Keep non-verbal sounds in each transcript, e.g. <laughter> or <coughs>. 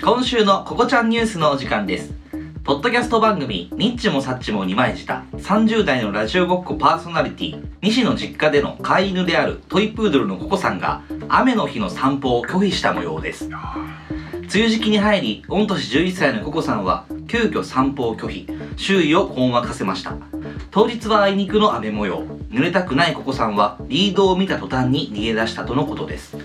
今週のここちゃんニュースのお時間ですポッドキャスト番組ニッチもサッチも二枚舌30代のラジオごっこパーソナリティ西の実家での飼い犬であるトイプードルのココさんが雨の日の散歩を拒否した模様です梅雨時期に入り御年11歳のココさんは急遽散歩を拒否周囲を困惑かせました当日はあいにくの雨模様濡れたくないココさんはリードを見た途端に逃げ出したとのことです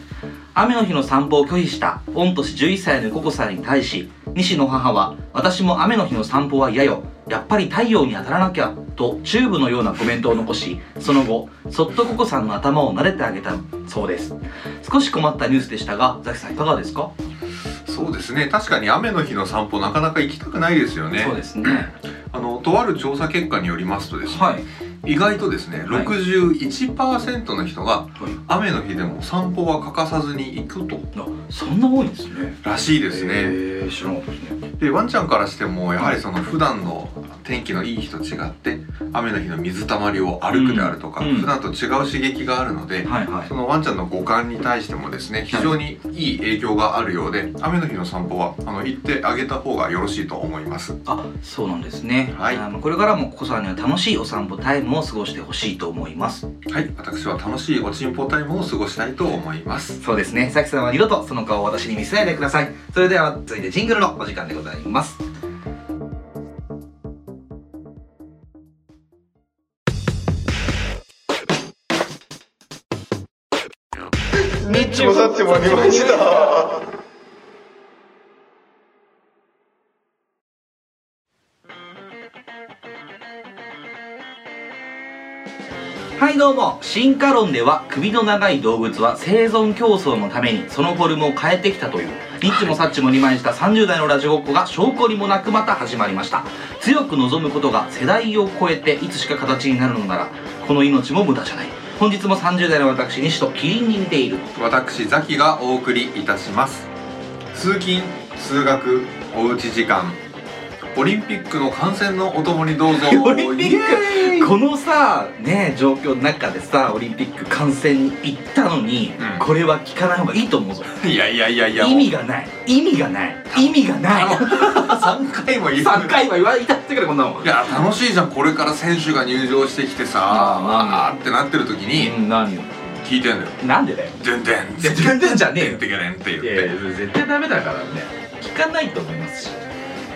雨の日の散歩を拒否した御年11歳のココさんに対し西の母は「私も雨の日の散歩は嫌よやっぱり太陽に当たらなきゃ」とチューブのようなコメントを残しその後そっとココさんの頭を撫でてあげたそうです少し困ったニュースでしたがザキさんいかがですか、そうですね確かに雨の日の散歩なかなか行きたくないですよねそうですねあのとある調査結果によりますとですね、はい意外とですねはい61%の人が雨の日でも散歩は欠かさずに行くとあそんな多いんですねらしいですね、え知らなかったですねでワンちゃんからしてもやはりその普段の天気のいい日と違って雨の日の水たまりを歩くであるとか、うんうん普段と違う刺激があるので、はいはいそのワンちゃんの五感に対してもですね非常にいい影響があるようで雨の日の散歩はあの行ってあげた方がよろしいと思いますあそうなんですね、はいあのこれからもココさんには楽しいお散歩タイムを過ごしてほしいと思いますはい私は楽しいおちんぽタイムを過ごしたいと思いますそうですねさきさんは二度とその顔を私に見せないでくださいそれでは続いてジングルのお時間でございますニッチもサッチもありました。はいどうも進化論では首の長い動物は生存競争のためにそのフォルムを変えてきたというニッチもサッチも2枚した30代のラジオごっこが証拠にもなくまた始まりました強く望むことが世代を超えていつしか形になるのならこの命も無駄じゃない本日も30代の私西とキリンに似ている私ザキがお送りいたします通勤通学おうち時間オリンピックの観戦のお供にどうぞ <laughs> オリンピックイエーイこのさね状況の中でさオリンピック観戦に行ったのに、うんこれは聞かない方がいいと思うぞいやいやいやいや意味がない意味がない意味がない3回も言う3回は言わ言いたってくれこんなもんいや楽しいじゃんこれから選手が入場してきてさうんあーってなってる時にうん何よ聞いてんだよなんでだよ「でんでん」いや全然じゃねえでんよてけれん」って言っいやいてや絶対ダメだからね聞かないと思いますし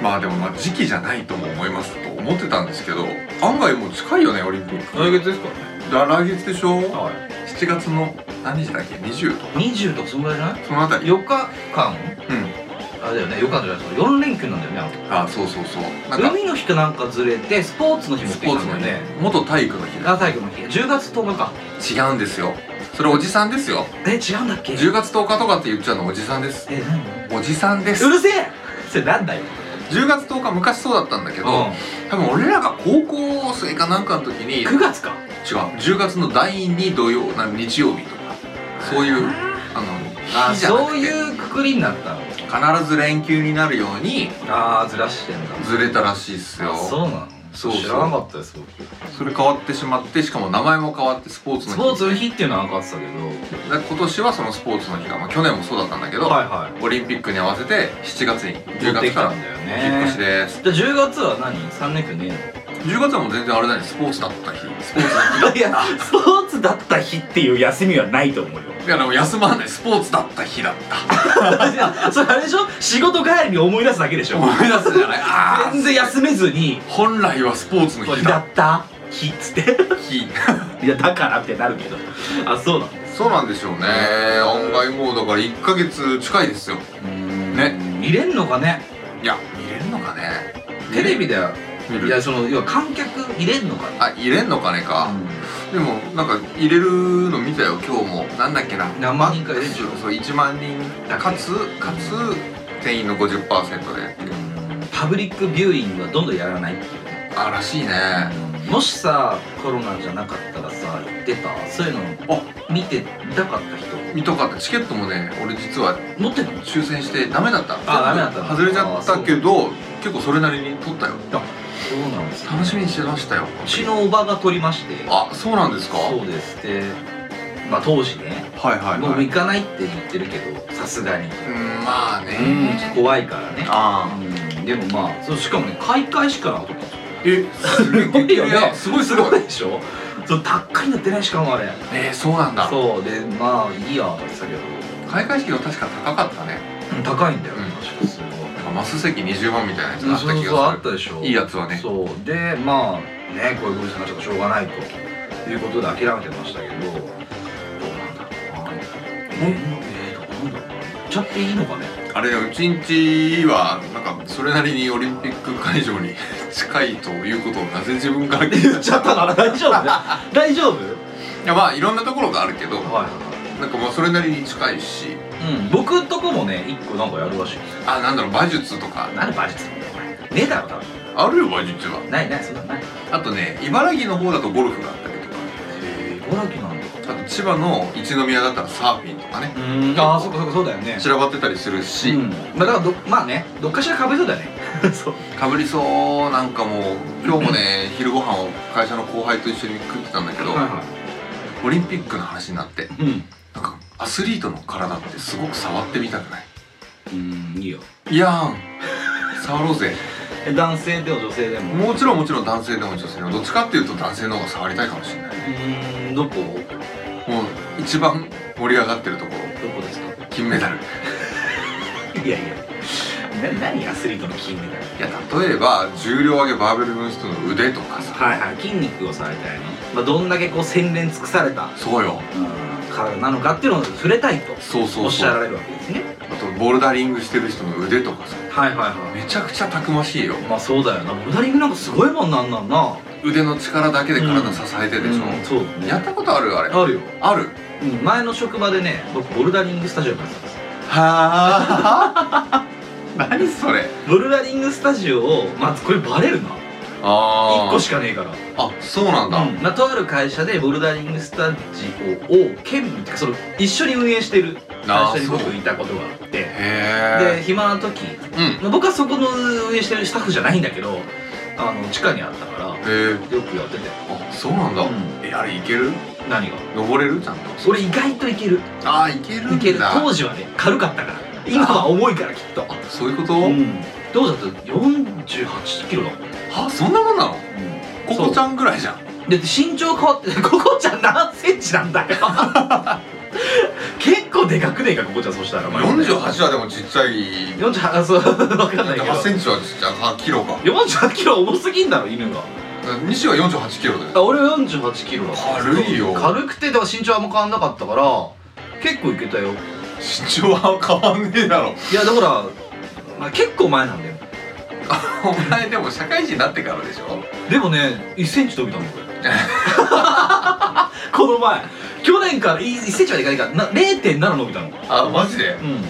まあでもまあ時期じゃないとも思いますと思ってたんですけど案外もう近いよねオリンピック来月ですかねだ来月でしょは7月の何日だっけ20とかい20とかそんぐらいじゃないそのあたり ?4 日間うんあれだよね4日間じゃないですか4連休なんだよねあの時あそうそうそうなんか海の日となんかずれてスポーツの日もスポーツの日元体育の日あ体育の日10月10日か違うんですよそれおじさんですよえ違うんだっけ10月10日とかって言っちゃうのおじさんですえ何おじさんですうるせえそれなんだよ10月10日昔そうだったんだけど、多分俺らが高校生かなんかの時に違う9月か10月の第2土曜な日曜日とかそういうあのあ日じゃなくてそういうくくりになったの必ず連休になるようにああずらしてんだずれたらしいっすよそうなのそうそう知らなかったです僕それ変わってしまってしかも名前も変わってスポーツのス日ポーツの日っていうのは分かってたけどだ今年はそのスポーツの日が、まあ、去年もそうだったんだけど、いはオリンピックに合わせて7月に10持って月きたからんだよ引っ越しねですじゃあ10月は何3連休ね10月はもう全然あれだねスポーツだった日スポーツだえのいやスポーツだった日っていう休みはないと思うよ <laughs> いやでも休まないスポーツだった日だった <laughs> それあれでしょ仕事帰りに思い出すだけでしょ思い出すじゃ <laughs> ないあ全然休めずにー本来はスポーツの日だだった日っつって日いやだからってなるけどあそうなのそうなんでしょうね案外もうだから1ヶ月近いですよねね見れんのかねいや見れるのかねテレビでは見いやるその要は観客見れんのかねあ入れんのかねか、でもなんか入れるの見たよ今日もなんだっけな何万人か入れるでしょそう1万人だっけかつかつ店員の50%でっていうパブリックビューイングはどんどんやらないっていうねあらしいねもしさコロナじゃなかったらさ言ってたそういうの見て見たかった人見たかったチケットもね俺実は持ってんの抽選してダメだったあダメだったの外れちゃったけど結構それなりに取ったよそうなんです楽しみにしてましたようちのおばが取りましてあそうなんですかそうですでまあ当時ねはいはい僕は行いかないって言ってるけどさすがにうんまあうんねちょっと怖いからねああうんでもまあそうしかもね開会式から取ったんですよえすごいすごいよねすごいすごいでしょそう高いの出ないしかもあれえーそうなんだそうでまあいいやって言ってたけど開会式は確か高かったねうん高いんだようん確かすごいなんかマス席20万みたいなやつそうがあったそう気そうあがっすたでしょるいいやつはねそうでまあねこういうご時世になっちゃったからしょうがないということで諦めてましたけどどうなんだろうなええーどうなんだろうな言っちゃっていいの <laughs> かねあれうちんちはなんかそれなりにオリンピック会場に <laughs> 近いということをなぜ自分から聞いたの <laughs> から大丈夫ね大丈夫いやまあいろんなところがあるけどはなんかもうそれなりに近いしい、うん、僕んとこもね一個なんかやるらしいですよあなんだろう馬術とか何馬術みたいなねえだろ多分あるよ馬術はないないそんなのないあとね茨城の方だとゴルフがあったりとか茨城なんだあと千葉の一宮だったらサーフィンとかねうんああそっかそっかそうだよね散らばってたりするし、うんまあだからどまあねどっかしらかぶりそうだよねそうかぶりそうなんかもう今日もね昼ご飯を会社の後輩と一緒に食ってたんだけど、オリンピックの話になっていうんなんかアスリートの体ってすごく触ってみたくないうんいいよいやーん <laughs> 触ろうぜえ男性でも女性でももちろんもちろん男性でも女性でもどっちかっていうと男性の方が触りたいかもしれないうーんどこもう一番盛り上がってるところどこですか金メダルいやいやな何アスリートの筋肉だよいや例えば重量上げバーベルの人の腕とかさ、はいはい筋肉をされたいの、まあ、どんだけこう洗練尽くされた、そうようん、体なのかっていうのを触れたいとそうそおっうしそゃらうれるわけですねあとボルダリングしてる人の腕とかさはいはいはめちゃくちゃたくましいよまあそうだよなボルダリングなんかすごいもんなんなんな腕の力だけで体支えてでしょ、うんそうねやったことあるあれあるよ、あるうん、前の職場でね僕ボルダリングスタジオやってたんですよは <laughs> あ何それボルダリングスタジオをまずこれバレるなあ1個しかねえからあそうなんだ、うんまあ、とある会社でボルダリングスタジオを兼務ってかその一緒に運営してるあ会社にそう僕いたことがあってでへえ暇な時うんへまあ僕はそこの運営してるスタッフじゃないんだけどあの地下にあったからよえくやってて、あそうなんだ、うんえあれいける何が登れるちゃんとそれ意外といけるああいけるんだいける当時はね軽かったから今は重いからきっとそういうこと、うん当時だと48キロだもん、はそんなもんなのココちゃんぐらいじゃんだって身長変わってないココちゃん何センチなん <laughs> だよ結構でかくねえかココちゃんそしたら48はでもちっちゃい48そうわかんないけど8センチはちっちゃいあキロか48キロ重すぎんだろ犬が西は48キロだよあ俺48キロだ軽いよ軽くてだから身長あんま変わんなかったから結構いけたよ身長は変わんねえ <laughs> だろいやだから、まあ、結構前なんだよお前でも社会人になってからでしょでもね1センチ伸びたのこれ <laughs> この前去年からい1センチはいかないからな0.7伸びたのあマジでうんで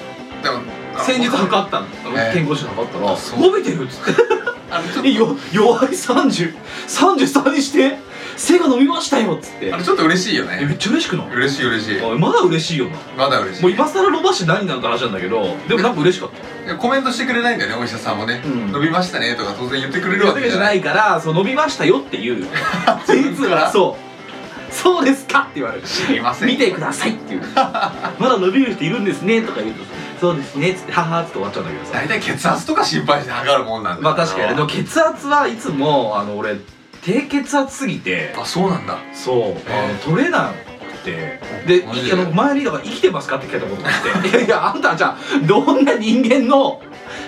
も先日測ったの、ええ健康診断測ったらあそう伸びてるっつって <laughs> あれちょっえよ弱い3033にして背が伸びましたよっつってとあれちょっと嬉しいよえねめっちゃ嬉しくない嬉しい嬉しいあまだ嬉しいよなまだ嬉しもうい今更伸ばして何なんか話なんだけどでもなんか嬉しかったいやコメントしてくれないんだよねお医者さんもね、うん伸びましたねとか当然言ってくれるわわけけじじゃゃなないいからそう伸びましたよっていう <laughs> 実分かはらそうそうですかって言われる知りません見てくださいって <laughs> いうまだ伸びる人いるんですねとか言うとそうですねっつってははーっつって終わっちゃうんだけどさ大体血圧とか心配して測るもんなんだまあ確かにねでもね血圧はいつもあの俺低血圧すぎてあそうなんだそうあのえ取れなくてでマジいであの前にだから生きてますかって聞いたことがあって <laughs> いやいやあんたはじゃあどんな人間の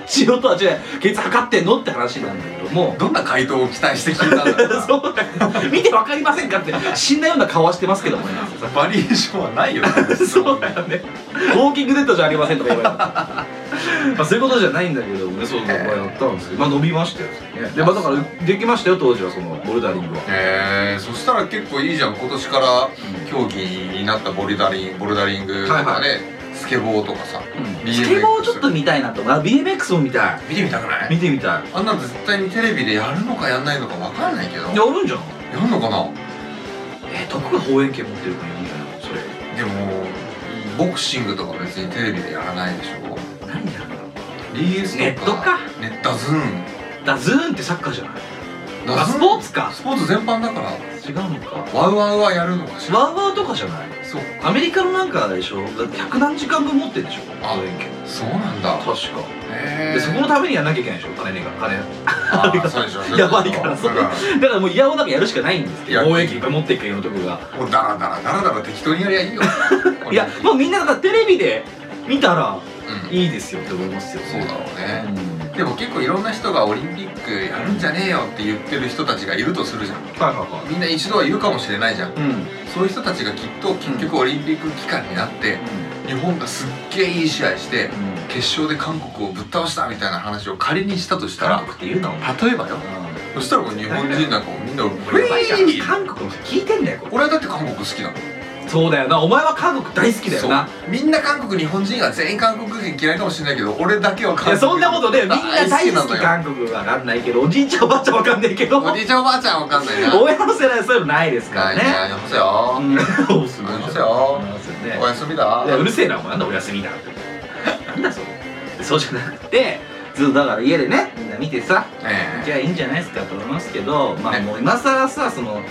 仕事は違う血圧測ってんのって話なんだけどもどんな回答を期待して聞いたんだろうな <laughs> そうだよ見てわかりませんかって死んだような顔はしてますけどもねバリエーションはないよね <laughs> そうだよねウォーキングデッドじゃありませんとか言われた <laughs> まあそういうことじゃないんだけどねそうそうまあやったんですけどまあ伸びましたよねでまあだからできましたよ当時はそのボルダリングはへえそしたら結構いいじゃん今年から競技になったボルダリンボルダリングとかね、はいスケボーとかさうん BMX スケボーちょっと見たいなとあ BMX も見たい見てみたくない見てみたいあんなの絶対にテレビでやるのかやんないのかわかんないけどやるんじゃんやんのかなえどこが放映権持ってるかによるんじゃないそれでもボクシングとか別にテレビでやらないでしょ何やるの DS とネッかトかネットズーンだズーンってサッカーじゃないあスポーツかスポーツ全般だから違うのかワウワウはやるのかしらワウワウとかじゃないそうアメリカのなんかあれでしょだって100何時間分持ってるでしょあ応援券そうなんだ確かへでそこのためにやんなきゃいけないでしょ金が金あーそうでしょ <laughs> やばいからそうだかだからもういやおうなくやるしかないんですけいやど応援券いっぱい持っていくよ男がらもうダラダラダラダラ適当にやりゃいいよ <laughs> いやもうみんなだからテレビで見たらうんいいですよって思いますよそうだろうねうんはいでも結構いろんな人がオリンピックやるんじゃねえよって言ってる人たちがいるとするじゃんはみんな一度はいるかもしれないじゃんいはいうんうんそういう人たちがきっと結局オリンピック期間になって日本がすっげえいい試合して決勝で韓国をぶっ倒したみたいな話を仮にしたとした韓ら国って言うなお前例えばよそしたらもう日本人なんかもみんなウィーン韓国の人聞いてんだよこ俺はだって韓国好きなのれそうだよなお前は韓国大好きだよなそうみんな韓国日本人が全員韓国人嫌いかもしれないけど俺だけはい韓や国そんなことねみんな大好のきよ韓国わかんないけどおじいちゃんおばあちゃんわかんないけどおじいちゃんおばあちゃんわかんないな親の世代はそういうのないですからねやりますようんすやりますごよいますよねおやすみだいやうるせえなお前なんだお休みだなんだそれそうじゃなくてずっとだから家でねみんな見てさえじゃあいいんじゃないですかと思いますけどまあねもう今更さその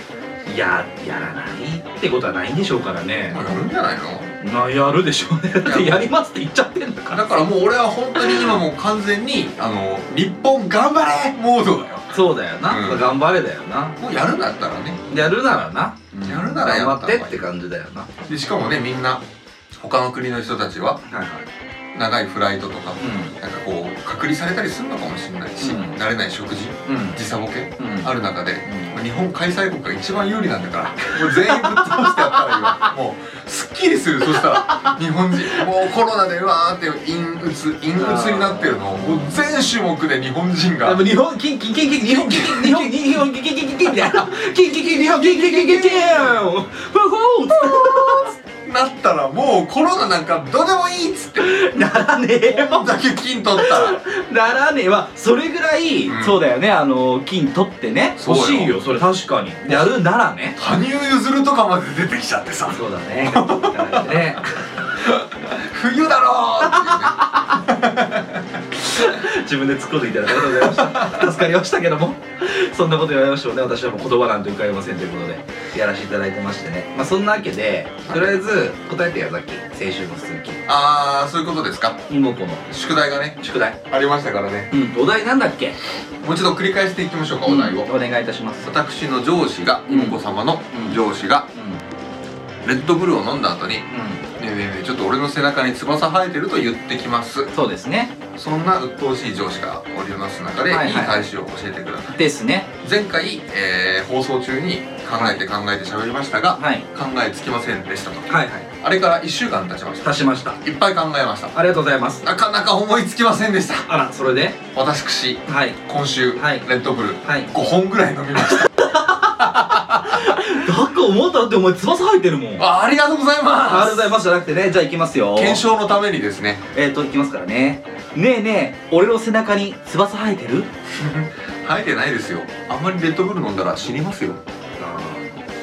いややらないってことはないんでしょうからえねもうやるんじゃないのまあやるでしょうねだってやりますって言っちゃってんだかだらからもう俺は本当に今もう完全にあの日本頑張れモードだよそうだよな、うん頑張れだよなもうやるんだったらねやるならなやるならや頑っ張たっ方がいていって感じだよなはでしかもねみんな他の国の人たちはいはい長いフライトとかうなんかこう隔離されたりするのかもしれないし、うん慣れない食事んうん時差ボケうんある中で日本開催国が一番有利なんだからもう全員ぶっ倒してやった <laughs> らいいわもうすっきりするそしたら日本人もうコロナでうわーって陰鬱陰鬱になってるのをもう全種目で日本人でがも日本キンキンキンキン日本キンキン日本キンキン日本キンキンキンキンキンみたいなキンキンキン日本キンキンキンキンキンフォフォーなったらもうコロナなんかどうでもいいっつってならねえこよんだけ金取ったらならねえわそれぐらい、うんそうだよねあの金取ってねそう欲よしいよそれ確かにやるならね羽生結弦とかまで出てきちゃってさそうだねだからね冬だろーっていうね自分で突っ込んでいただいてありがとうございました助かりましたけどもそんなこと言われましてもね私はもう言葉なんて浮かびませんということでやらせていただいてましてねまあそんなわけでとりあえず答えてよさっき青春の続き <laughs> あーそういうことですか妹子の宿題がね宿題ありましたからねうんお題なんだっけもう一度繰り返していきましょうかお題を、うんお願いいたします私の上司がうん妹子様のうん上司がうんうレッドブルを飲んだ後に「ねんえねえねえちょっと俺の背中に翼生えてる」と言ってきますそうですねそんな鬱陶しい上司がおります中で、はいいはいい対処を教えてくださいですね前回、えー放送中に考えて考えて喋りましたが、はい考えつきませんでしたとはいはいあれから1週間経ちまし足しましたたいっぱい考えましたありがとうございますなかなか思いつきませんでしたあらそれで私はい今週、はいレッドブルはい5本ぐらい飲みましただって思ったってお前翼生えてるもん <laughs> あありがとうございありがとうごまざいますじゃなくてねじゃあ行きますよす検証のためにですねえっ、ー、と行きますからねねえねえ俺の背中に翼生えてる生えてないですよあんまりレッドブル飲んだら死にますよ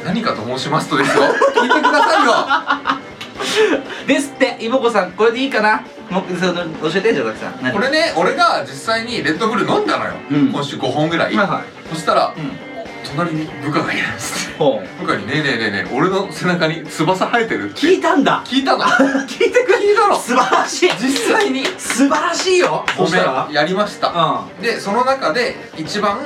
何かと申しますとですよ <laughs> 聞いてくださいよですって妹子さんこれでいいかなもうその教えてじゃあザキさん何これね俺が実際にレッドブル飲んだのよ、うん今週5本ぐらい、はいはいそしたらうん隣に部下がいるんですってほう部下に「ねえねえねえねえ俺の背中に翼生えてる」って聞いたんだ聞いたの聞いてくれ <laughs> 聞いたの素晴らしい実際に素晴らしいよそごしたらめんやりましたうでその中で一番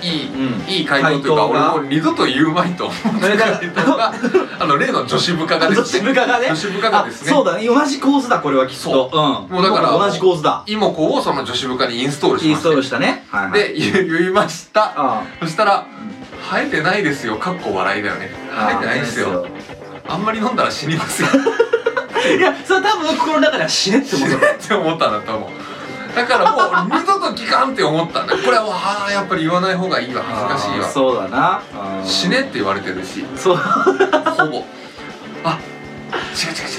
いい、うんいい回答というか回答が俺もう二度と言うまいと思うそれだ回 <laughs> 答があの例の女子部下がんで女す子ね部下がね女子部下がですねあそうだね同じ構図だこれはきっとうんもうだから同じ構図だ妹子をその女子部下にインストールしインまスしたトールしたねはいはいで言い言いましたあそしたら「生えてないですよ」かっこ笑いだよねあ生えてないですよあんまり飲んだら死にますよっいやそれ多分心の中では死ねって思うて思ったんだと思うだからもう二度と聞かんって思ったんだこれはもうああやっぱり言わない方がいいわ恥ずかしいわそうだな死ねって言われてるしそうほぼあ違う違う違う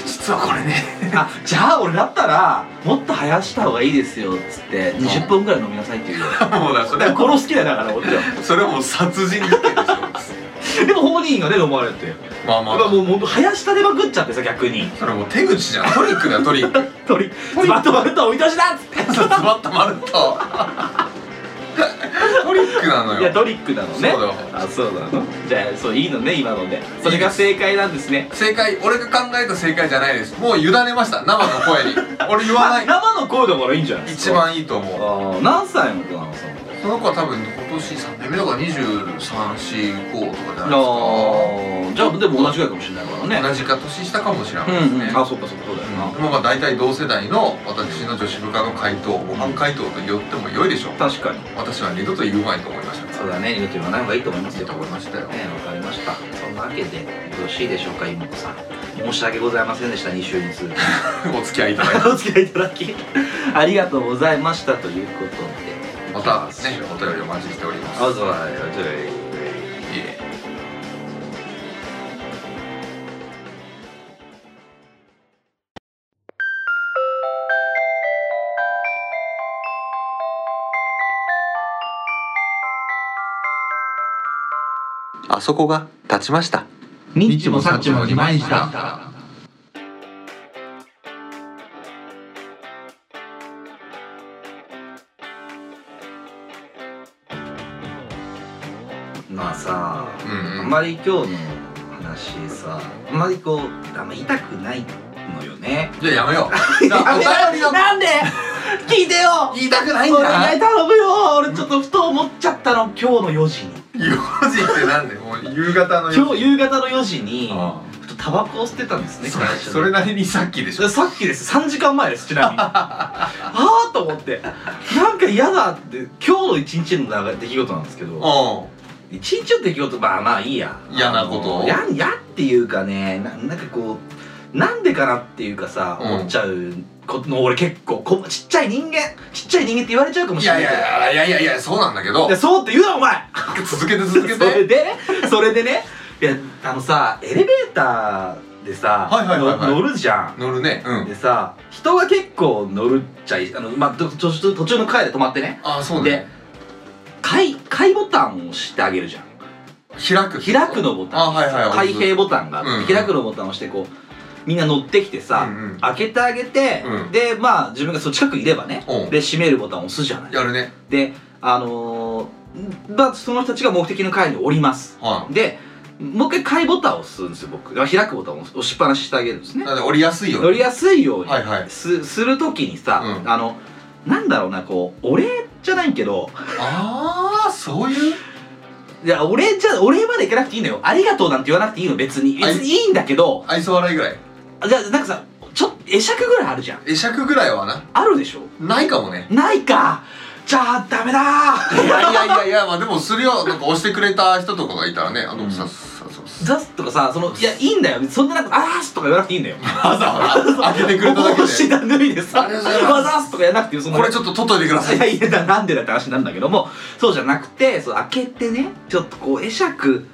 実はこれね <laughs> あじゃあ俺だったらもっと生やした方がいいですよっつって20分ぐらい飲みなさいっていうだかもうだそれらはこの好きだよだから俺はそれはもう殺人事件でしょでも本人がね飲まれてだまあまあからもうほんと生やしたでまくっちゃってさ逆にそれもう手口じゃんトリックだよトリック鳥ズバッと割ると追い出しだっつってズバッとまるっとトリッックなのいやよドリックなのねそうだよあそうなのじゃあそういいのね今のでそれが正解なんですね正解俺が考えた正解じゃないですもう委ねました生の声に俺言わあない生の声だからいいんじゃないです一か番いいと思うあー何歳の子なのその子その子は多分今年3年目だから2345とかじゃないあじゃあでも同じぐらいかもしれないからねですか同じか年下かもしれなういですんね、うんあそっかそっかそうだよな、うんまあ大体同世代の私の女子部下の回答模範回答と言っても良いでしょう確かに私は二度と言うまいと思いましたそうだね二度と言わない方がいいと思いますいいよと思いましたよねわかりましたそんなわけでよろしいでしょうか妹子さん申し訳ございませんでした2週に <laughs> 続きお付き合いいただいてお付き合いいただきありがとうございましたということでまたねお便りお待ちしておりますあそうだねお便りいえあそこが立ちましたニッチもサッチも二枚舌まあさうんあうんんままり今日の話さあんまりこうあんま痛くないのよねじゃあやめ <laughs> ようじゃあお便りのなんで聞いてよ言いたくないんお願だい頼むよ俺ちょっとふと思っちゃったの今日の4時に4時ってなんでもう夕方の今日夕方の4時にあふとタバコを捨てたんですあねそ会れ社でそれなりにさっきでしょさっきです3時間前ですち <laughs> なみにああと思ってなんか嫌だって今日の一日の流れ出来事なんですけどうん一日の出来事まあまあいいや嫌なことをあのや嫌っていうかねななんかこうなんでかなっていうかさ、うん思っちゃうことの俺結構こちっちゃい人間ちっちゃい人間って言われちゃうかもいしれなやいいけどやいやいやいやそうなんだけどいやそうって言うなお前続けて続けそれてでそれでねいやあのさエレベーターでさ、はいはいはいはいの乗るじゃ乗るねうんんでさ人が結構乗るっちゃいあの、まあ、ど途中途中の階で止まってねああそうでね階階ボタンを押してあげるじゃん開く開くのボタンあはいはい開閉ボタンがあって、うん開くのボタンを押してこうみんな乗ってきてさ、うんうん開けてあげて、うんでまあ自分がその近くいればね、うんで閉めるボタンを押すじゃないやるねであのーまあその人たちが目的の階に降りますはでもう一回開ボタンを押すんですよ僕だから開くボタンを押しっぱなししてあげるんですいねなんで降りやすいよ乗うにりやすいようにはいはいすするときにさ、うんあのなんだろうなこうお礼じゃないけどああそういういやお礼じゃお礼までいかなくていいのよありがとうなんて言わなくていいの別にはい別にいいんだけど愛想笑いぐらいじゃあなんかさちょっと会釈ぐらいあるじゃん会釈ぐらいはなあるでしょないかもねないかじゃあダメだいやいやいやいやまあでもするよなんか押してくれた人とかがいたらねあうのんささささザスとかさそのいやいいんだよそんななんかあーすとか言わなくていいんだよわざわざ開けてくれただけ帽で子だ脱いでさありがとうございます <laughs> わざーすとかやらなくていいそんなこれちょっと取っといてくださいいやいやだなんでだって話なんだけどもそうじゃなくてそう開けてねちょっとこう会釈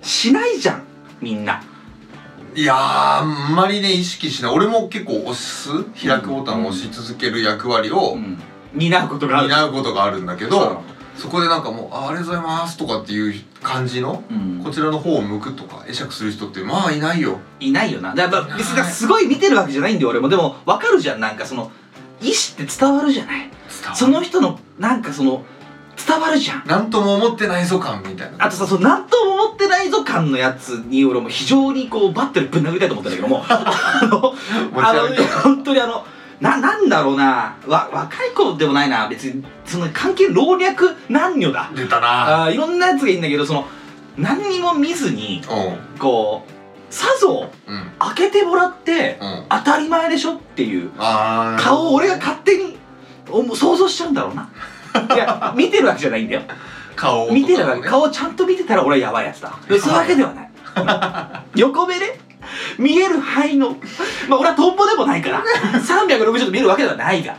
しないじゃんみんないやーあんまりね意識しない俺も結構押す開くボタンを押し続ける役割をん担うことがある担うことがあるんだけど、そそこでなんかもう「あありがとうございます」とかっていう感じのう、うんこちらの方を向くとか会釈する人ってまあいないよいないよなだからいない別にすごい見てるわけじゃないんで俺もでも分かるじゃんなんかその意思って伝わるじゃないその人のなんかその伝わるじゃんなんとも思ってないぞ感みたいなあとさその何とも思ってないぞ感のやつに俺も非常にこうバットでぶん殴りたいと思ったんだけど <laughs> もあの持ちあ上げのて本当にあのななんだろうなわ若い子でもないな別にその関係老若男女だ出たなあーいろんなやつがいいんだけどその何にも見ずにうんこうさぞうん開けてもらってうん当たり前でしょっていうあー顔を俺が勝手にお想像しちゃうんだろうないや見てるわけじゃないんだよ顔を見てるわけね顔をちゃんと見てたら俺はやばいやつだそうやばいいうわけではない <laughs> 横目で見える範囲のまあ俺はトンボでもないから <laughs> 360度見えるわけではないが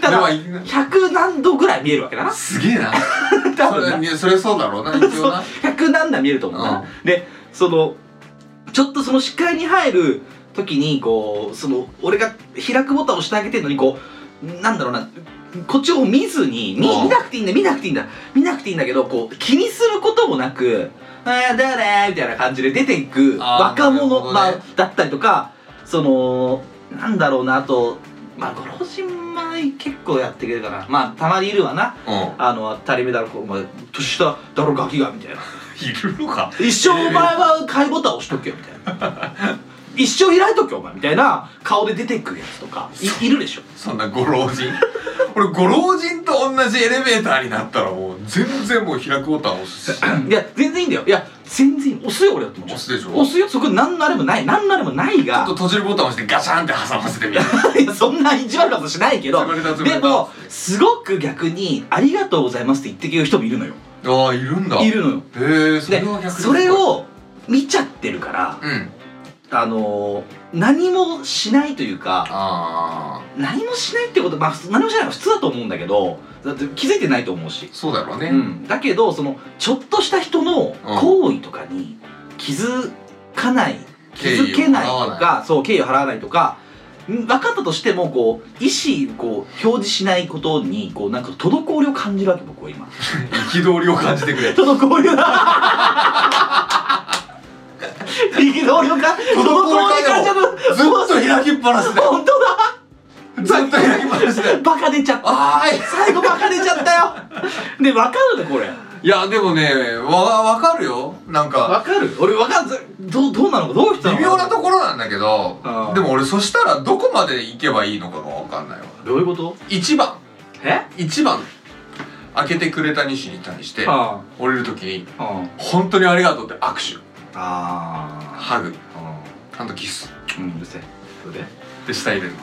たでもだいな100何度ぐらい見えるわけだなすげえな多そ分なれいやそれそうだ <laughs> ろうな一応な100何段見えると思うな、でそのちょっとその視界に入る時にこうその俺が開くボタンを押してあげてるのにこうなんだろうなこっちを見ずに見うん見なくていいんだ見なくていいんだ見なくていいんだけどこう気にすることもなく「ああ誰?」みたいな感じで出ていくあー若者、なまるほどあねだったりとかそのなんだろうなあとまあ五郎島結構やってくれるからまあたまにいるわなうんあの当たり目だろお前年下だろガキがみたいないるのか一生お前は買いボタン押しとけよみたいな一生開いとけよお前みたいな顔で出てくるやつとかいいるでしょそんなご老人俺ご老人と同じエレベーターになったらもう全然もう開くボタン押すしいや全然いいんだよいや全然いい押すよ俺だってもちろん押すでしょ押すよそこ何のあれもない何のあれもないちょっがと閉じるボタン押してガシャンって挟ま <laughs> せてみるいやそんな意地悪なことしないけど潰れた潰れでたもすごく逆に「ありがとうございます」って言ってくれる人もいるのよああいるんだいるのよへえそれでは逆にそれを見ちゃってるからうんあのー何もしないというかああ何もしないってことまあ普通何もしないのは普通だと思うんだけどだって気づいてないと思うし、そうだろうね、うん、だけどそのちょっとした人の行為とかに気づかない気敬意をづけない払わとないかそう敬意を払わないとかん分かったとしてもこう意思こう表示しないことにこうなんか滞りを感じるわけ僕は今 <laughs> 憤りを感じてくれ <laughs> 滞りを憤りをか滞りを感じるずっと開きっぱなしだ <laughs> よ本当だずっと開きっぱなしだよバカ出ちゃったあーい最後バカ出ちゃったよで分か <laughs> るねこれいやでもねわわかるよなんか分かる俺分かるどうどうなのかどういう人なの微か妙なところなんだけどあーでも俺そしたらどこまで行けばいいのかがわかんないわどういうこと1番え1番開けてくれた西に対してあ降りる時にああ「本当にありがとう」って握手あハグあハンドキスうんうるせえそれで下入れる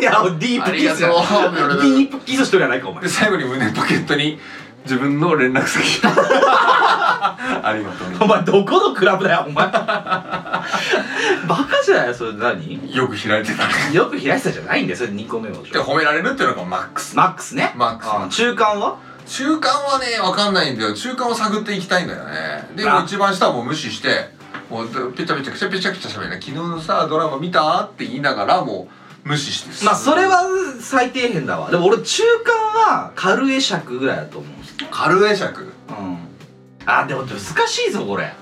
で <laughs> いやディープキスをありがとうディープキスしとるやないかおの前で最後に胸ポケットに自分の連絡先ありがとうね <laughs> お前どこのクラブだよお前 <laughs> バカじゃないよそれ何よく開いてたねよく開いてたじゃないんだよそれ2個目はで褒められるっていうのがマックスマックスねマックスああ中間は中間はねわかんないんだよ中間を探っていきたいんだよねであもう一番下はもう無視してもうペチャペチャくちゃペチャくちゃしゃべりな昨日のさドラマ見たって言いながらもう無視してまあそれは最底辺だわでも俺中間は軽会釈ぐらいだと思うんですよ軽会釈うんあでも難しいぞこれ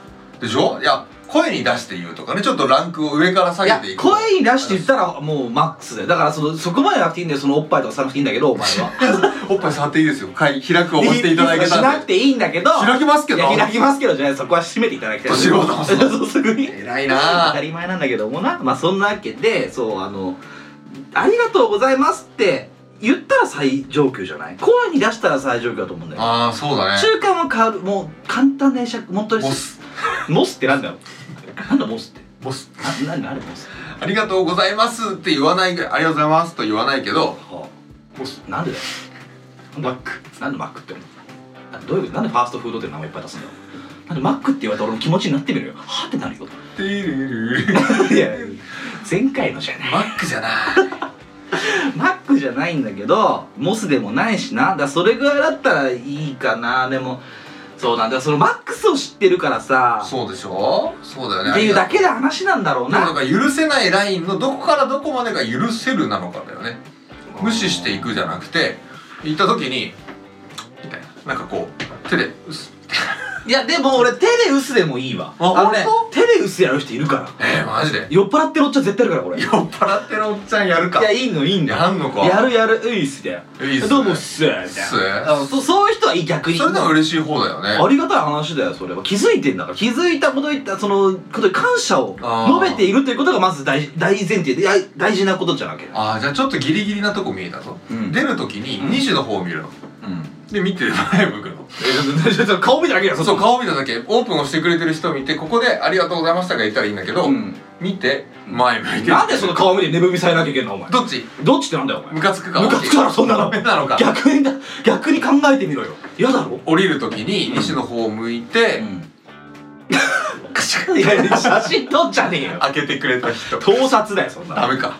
でしょいや声に出して言うとかねちょっとランクを上から下いやげていく声に出して言ったらもうマックスだよだからそのそこまでなくていいんだよそのおっぱいとかさなくていいんだけどお前はおっぱい触っていいですよ開開くを <laughs> 押していただけしなたんくでていいんだけど開きますけどいや開きますけどじゃないそこは閉めていただきたい年をどうぞそうす <laughs> ぐに偉い当なたぁり前なんだけどもなまあそんなわけでそうあの「ありがとうございます」って言ったら最上級じゃない声に出したら最上級だと思うんだよああそうだね中間は変わるもう簡単な会釈本当にボスモスってなんだよなんだモスってボスな何あれモスってありがとうございますって言わないぐらいありがとうございますと言わないけどはボスあなんでだよマックなんでマックって思うなんでどういうことなんでファーストフードって名前いっぱい出すんだよなんでマックって言われたら俺も気持ちになってみるよはーってなるよてるる <laughs> いや前回のじゃないマックじゃないマックじゃないんだけどモスでもないしなだからそれぐらいだったらいいかなでもそうなんだからそのマックスを知ってるからさ <laughs> そうでしょそうだよねっていうだけでで話なんだろうもななんか許せないラインのどこからどこまでが許せるなのかだよね無視していくじゃなくて行った時にみたいななんかこう手でうっすいやでも俺手で薄でもいいわあのね本手で薄やる人いるからえー、マジで酔っ払ってるおっちゃん絶対いるからこれい酔っ払ってるおっちゃんやるかやいいのいいんだよやんのかやるやるういっすだよいいっすねどうもっすみたいっすねなうんそそういう人はいい逆にそれでも嬉しい方だよあねりがたい話だよそれは気づいてんだから気づいたこと言ったそのことに感謝をあー述べているということがまず大事大前提でいや大事なことじゃなきゃああじゃあちょっとギリギリなとこ見えたぞ、うん出る時にうん西の方を見るの、うんで見てる前向くのえちょっと <laughs> 顔見てだけだよそう顔見ただけオープンをしてくれてる人を見てここで「ありがとうございました」が言ったらいいんだけど、うん見て前向いてるなんでその顔見て寝踏みされなきゃいけんのお前どっちどっちってなんだよおム前カつくかムカつくだろそんなのダメなのか逆にだ逆に考えてみろよ嫌だろ降りる時に西の方を向いて、 <laughs> んカシャッいやいや写真撮っちゃねえよ開けてくれた人盗撮だよそんなのダメか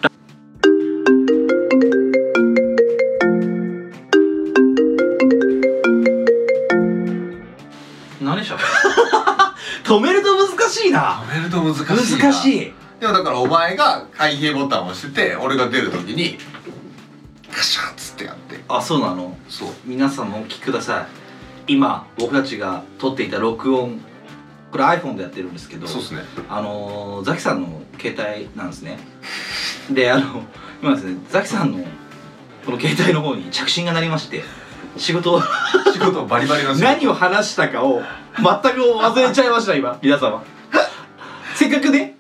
何しゃべる <laughs> 止めると難しいなめると難しい難しいなでもだからお前が開閉ボタンを押してて俺が出る時にカシャッつってやってあそうなのそう皆さんもお聞きください今僕たちが撮っていた録音これ iPhone でやってるんですけどそうっすねあのーザキさんの携帯なんですねであの今ですねザキさんのこの携帯の方に着信が鳴りまして仕事を仕事バリバリの仕事何を話したかを全く忘れちゃいました今皆様せっかくね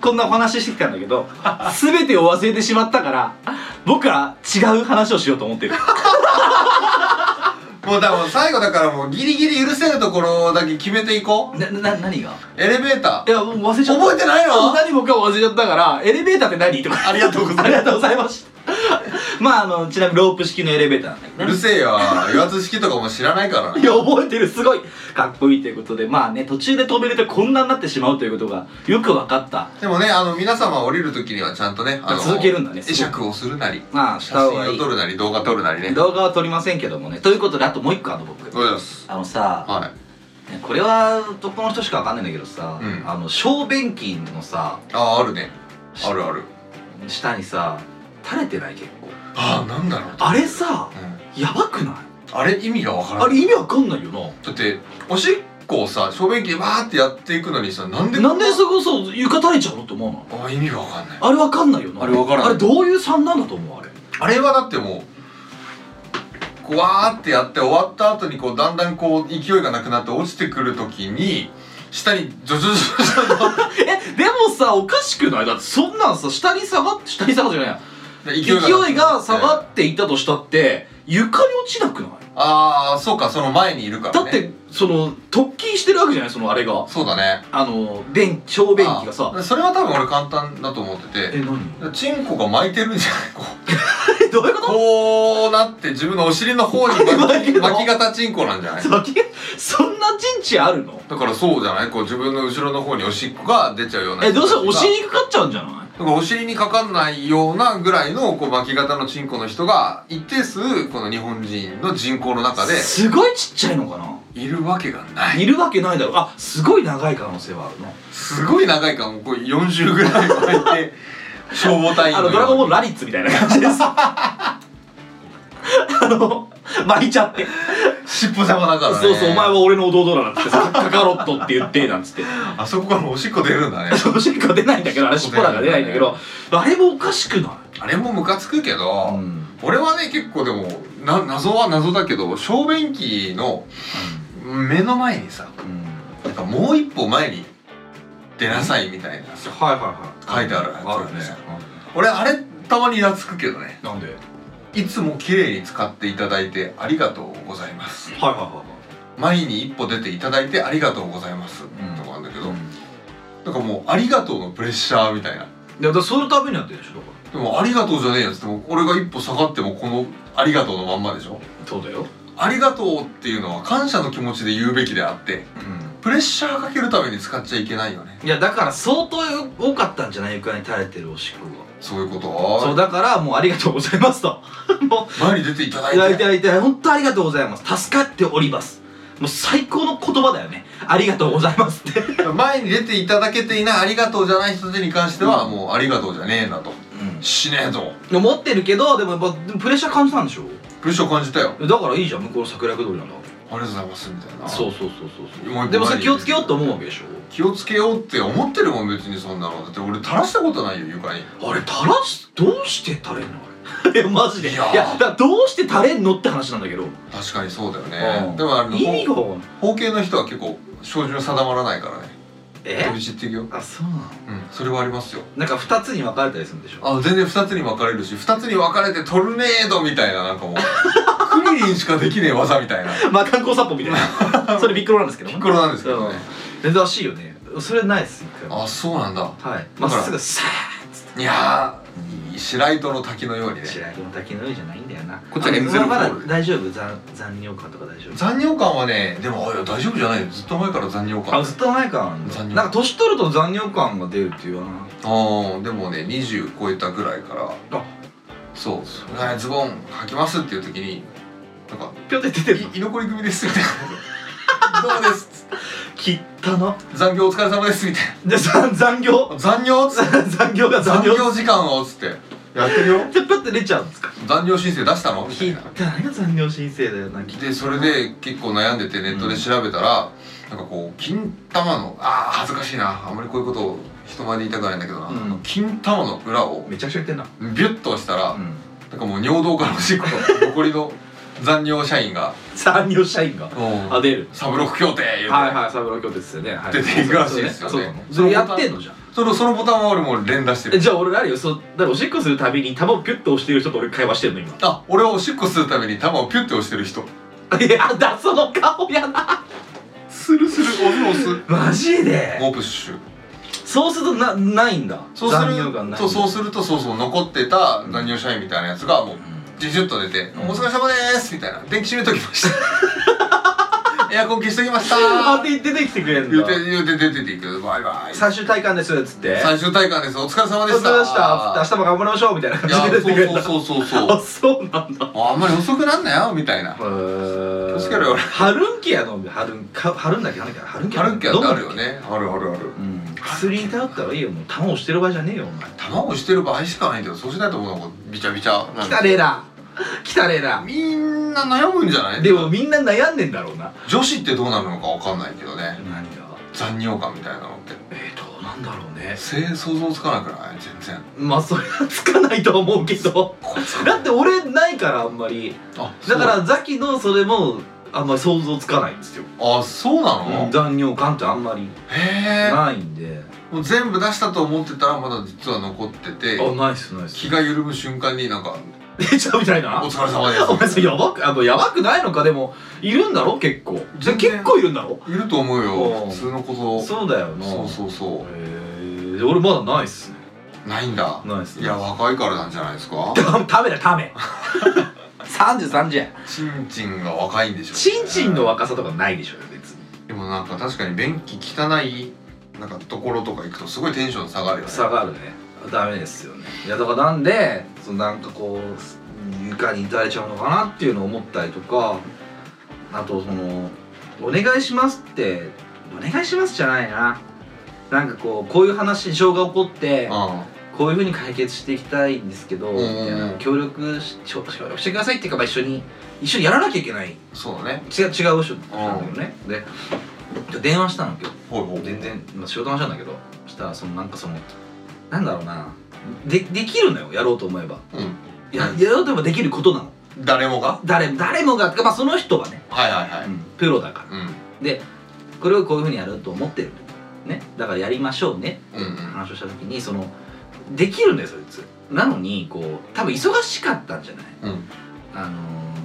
こんなお話してきたんだけど全てを忘れてしまったから僕ら違う話をしようと思ってるもうだもう最後だからもうギリギリ許せるところだけ決めていこうなな何がエレベータいやもう忘れちゃった覚えてないの何もかも忘れちゃったからエレベーターって何とかありがとうございますありがとうございましたまああのちなみにロープ式のエレベーターなんだけどーうるせえよ油圧式とかも知らないからないや覚えてるすごいかっこいいということでまあね途中で止めるとこんなになってしまうということがよく分かったでもねあの皆様降りるときにはちゃんとねあの続けるんだね会釈をするなりまあし写た方真がいをい撮るなり動画撮るなりね動画は撮りませんけどもねということであともう一個あの僕ございますあのさはねこれは男の人しかわかんないんだけどさ、うんあの小便器のさいあああるねあるある下にさ垂れてない結構ああなんだろう、あれさうんやばくないあれ意味がわからあないれ意味わかんないよなだっておしっこをさ小便器でわーってやっていくのにさなんでなんでそこそう床垂れちゃうのって思うのああ意味がわかんないあれわかんないよなあれわからんあれどういう3なんだと思うあれあれはだってもうこうわーってやって終わった後にこうだんだんこう勢いがなくなって落ちてくるときに下にジョジョジョジョジョえでもさおかしくないだってそんなんさ下に下がって下に下がってじゃないやで勢いが下がってっていったとしたって床に落ちなくないああそうかその前にいるかだら、っね、てその突起してるわけじゃないそのあれがそうだねあの便小便器がさあそれは多分俺簡単だと思っててえ何チンコが巻いてるんじゃないこ <laughs> うえどういうここうなって自分のお尻の方に <laughs> 巻いてる巻きの巻き型チンコなんじゃないと先そんな陣地あるのだからそうじゃないこう自分の後ろの方におしっこが出ちゃうようなえどうせお尻にかかっちゃうんじゃないだからお尻にかかんないようなぐらいのこう巻き型のチンコの人が一定数この日本人の人口の中ですごいちっちゃいのかないるわけがないいるわけないだろあすごい長い可能性はあるのすごい長いからもうこう40ぐらい巻いて消防隊員あのドラゴンボールラリッツみたいな感じです <laughs> あの巻いちゃって尻尾様だからねそうそうお前は俺の弟だなんつって <laughs> さカカロットって言ってなんつって <laughs> あそこからおしっこ出るんだねおしっこ出ないんだけどあれ尻尾なんか出ないんだけどあれもおかしくなあれもムカつくけど、い、ん、俺はね結構でもな謎は謎だけど小便器の目の前にさなんかもう一歩前に出なさいみたいなさはいはいはい書いてあるやつあるね俺あれたまに懐くけどねなんではいいつも綺麗に使っていただいてありがとうございますはいはい前に一歩出ていただいてありがとうございます、んとかなんだけはど、い、なんかもうありがとうのプレッシャーみたいないやだからそのためにやってるでしょだかでもありがとうじゃねえやつってもう俺が一歩下がってもこのありがとうのまんまでしょらそうだよありがとうっていうのは感謝の気持ちで言うべきであってうプレッシャーかけるために使っちゃいけないよねんいやだから相当多かったんじゃない床に垂れてるおしっこがそういうことそうだからもうありがとうございますとも前に出ていただういただいいてていただいて本当ありがとうございます助かっておりますもう最高の言葉だよねありがとうございますって前に出ていただけていないありがとうじゃない人たちに関してはもうありがとうじゃねえなとしねえぞ思ってるけどでもやっぱプレッシャー感じたんでしょプレッシャー感じたよだからいいじゃん向こうの桜役通りなんだありがとうございますみたいなそうそうそうそうもそう一個うでもそれ気をつけようと思うわけでしょ気をつけようって思ってるもん別にそんなのだって俺垂らしたことないよ床にあれ垂らしどうして垂れんのあれ <laughs> いやマジでいいややーだからどうして垂れんのって話なんだけど確かにそうだようねんでもあの意味が方わかんない方形の人は結構照準定まらないからねえ飛び散っていくよあそうなのうんそれはありますよなんか2つに分かれたりするんでしょあ全然2つに分かれるし2つに分かれてトルネードみたいななんかもう <laughs> クリリンしかできねえ技みたいなまあ観光散歩みたい <laughs> なそれビックロなんですけどピッコロなんですけどねうん珍しいよねそれないです一回もあそうなんだはいまだからっすぐさーっつっいやー白糸の滝のようにねて白井の滝の上じゃないんだよなこっちはあ M0 まだホール大丈夫残残尿感とか大丈夫残尿感はねでもあいや大丈夫じゃないよずっと前から残尿感あずっと前からなんだ残尿なんか年取ると残尿感が出るっていうわなああでもね20超えたぐらいからあそうはいズボン履きますっていう時になんかぴょって出「てるい居残り組です」みたいな「 <laughs> どうもです切ったの」残業お疲れ様です」みたい <laughs> で残残業な「残業」っつっ <laughs> て残業が「 <laughs> 残残業業時間を」っつって「やってるよでプって出ちゃうんですか残業申請出したの?」みた切いっなたのが残業申請だよなきっとでそれで結構悩んでてネットで調べたら、なんかこう金玉のああ恥ずかしいなあんまりこういうことを人前で言いたくないんだけどな、うんあの金玉の裏をめちゃくちゃ言ってんなビュッと押したら、うんなんかもう尿道からおし <laughs> っこと残りの残尿社員が残業社員がもあう出るサブロック協定言うて、はいはいサブロー協定ですよね、はい、出ていくらしいですよねそうそうそうそれやってんのじゃんそのそのボタンは俺もう連打してえるじゃあ俺あるよそうだからおしっこするたびに玉をピュッと押してる人と俺会話してんの今あ俺はおしっこするために玉をピュッて押してる人いやだその顔やなスルスル押す押すマジで猛プッシュそうするとなないんだそうす残業感るないとそうするとそうそう残ってた残尿社員みたいなやつがもうジュジュッと出て「お疲れ様でーす」みたいな「電気閉めときました <laughs> エアコン消しときましたあー」で出てきてくれるん言うだて言うて出てっていくバイバイ最終体感ですっつって最終大会ですお疲れ様お疲でれした様でした明日も頑張りましょうみたいないや感じで出てくれるんだそうそうそうそうそうあそうなんだあんまり遅くなんなよみたいな気気をつけろよ俺ハルンケア飲んでハルンかハルンだっけなんだっけハルンケアハルンケアってあるよねねあるあるあるうん薬に頼った方がいいよもう弾をしてる場合じゃねえよお前卵をしてる場合しかないけどそうしないともうなんかビチャビチャなんで汚ねえな汚ねえなみんな悩むんじゃないでもみんな悩んでんだろうな女子ってどうなるのかわかんないけどね何が残尿感みたいなのってえー、どうなんだろうね性想像つかなくない全然まあそれはつかないとは思うけどこいつだって俺ないからあんまりあだかそうらザキのそれもあんまり想像つかないんですよ、あそうなの、残尿感ってあんまりへえないんでもう全部出したと思ってたらまだ実は残っててあないっすないっす <laughs> 気が緩む瞬間になんか出ちゃうみたい「おな疲れ様で <laughs> す」お前さやばくあのやばくないのかでもいるんだろ結構じゃ全然結構いるんだろいると思ううよん普通のことそうだよなそうそうそへえ俺まだないっすねうないんだないっすいや若いからなんじゃないですか <laughs> ためだた <laughs> め33じゃんチンチンが若いんでしょうねちんちんの若さとかないでしょ別にでもなんか確かに便器汚いなんかところとか行くとすごいテンション下がるよね差があるねダメですよねいやだからなんでそのなんかこう床にいただいちゃうのかなっていうのを思ったりとかあとその「お願いします」って「お願いします」じゃないななんかこうこういう話事象が起こってこういうふうに解決していきたいんですけど、うんみうんうんたいな協力し協協力してくださいっていうか、まあ、一緒に一緒にやらなきゃいけないうんそうだね違う違う人なんだよね、でじゃあ電話したの今日ほいほい全然、まあ、仕事の話なんだけどそしたらそのなんかそのなんだろうなでできるのよやろうと思えばうんややろうと思えばできることなの誰もが誰誰もが、まあ、その人はね、はいはいはいプロだからうんでこれをこういうふうにやると思ってるねだからやりましょうねうんうん話をした時にそのできるんだよそいつなのにこう多分忙しかったんじゃないうんあのー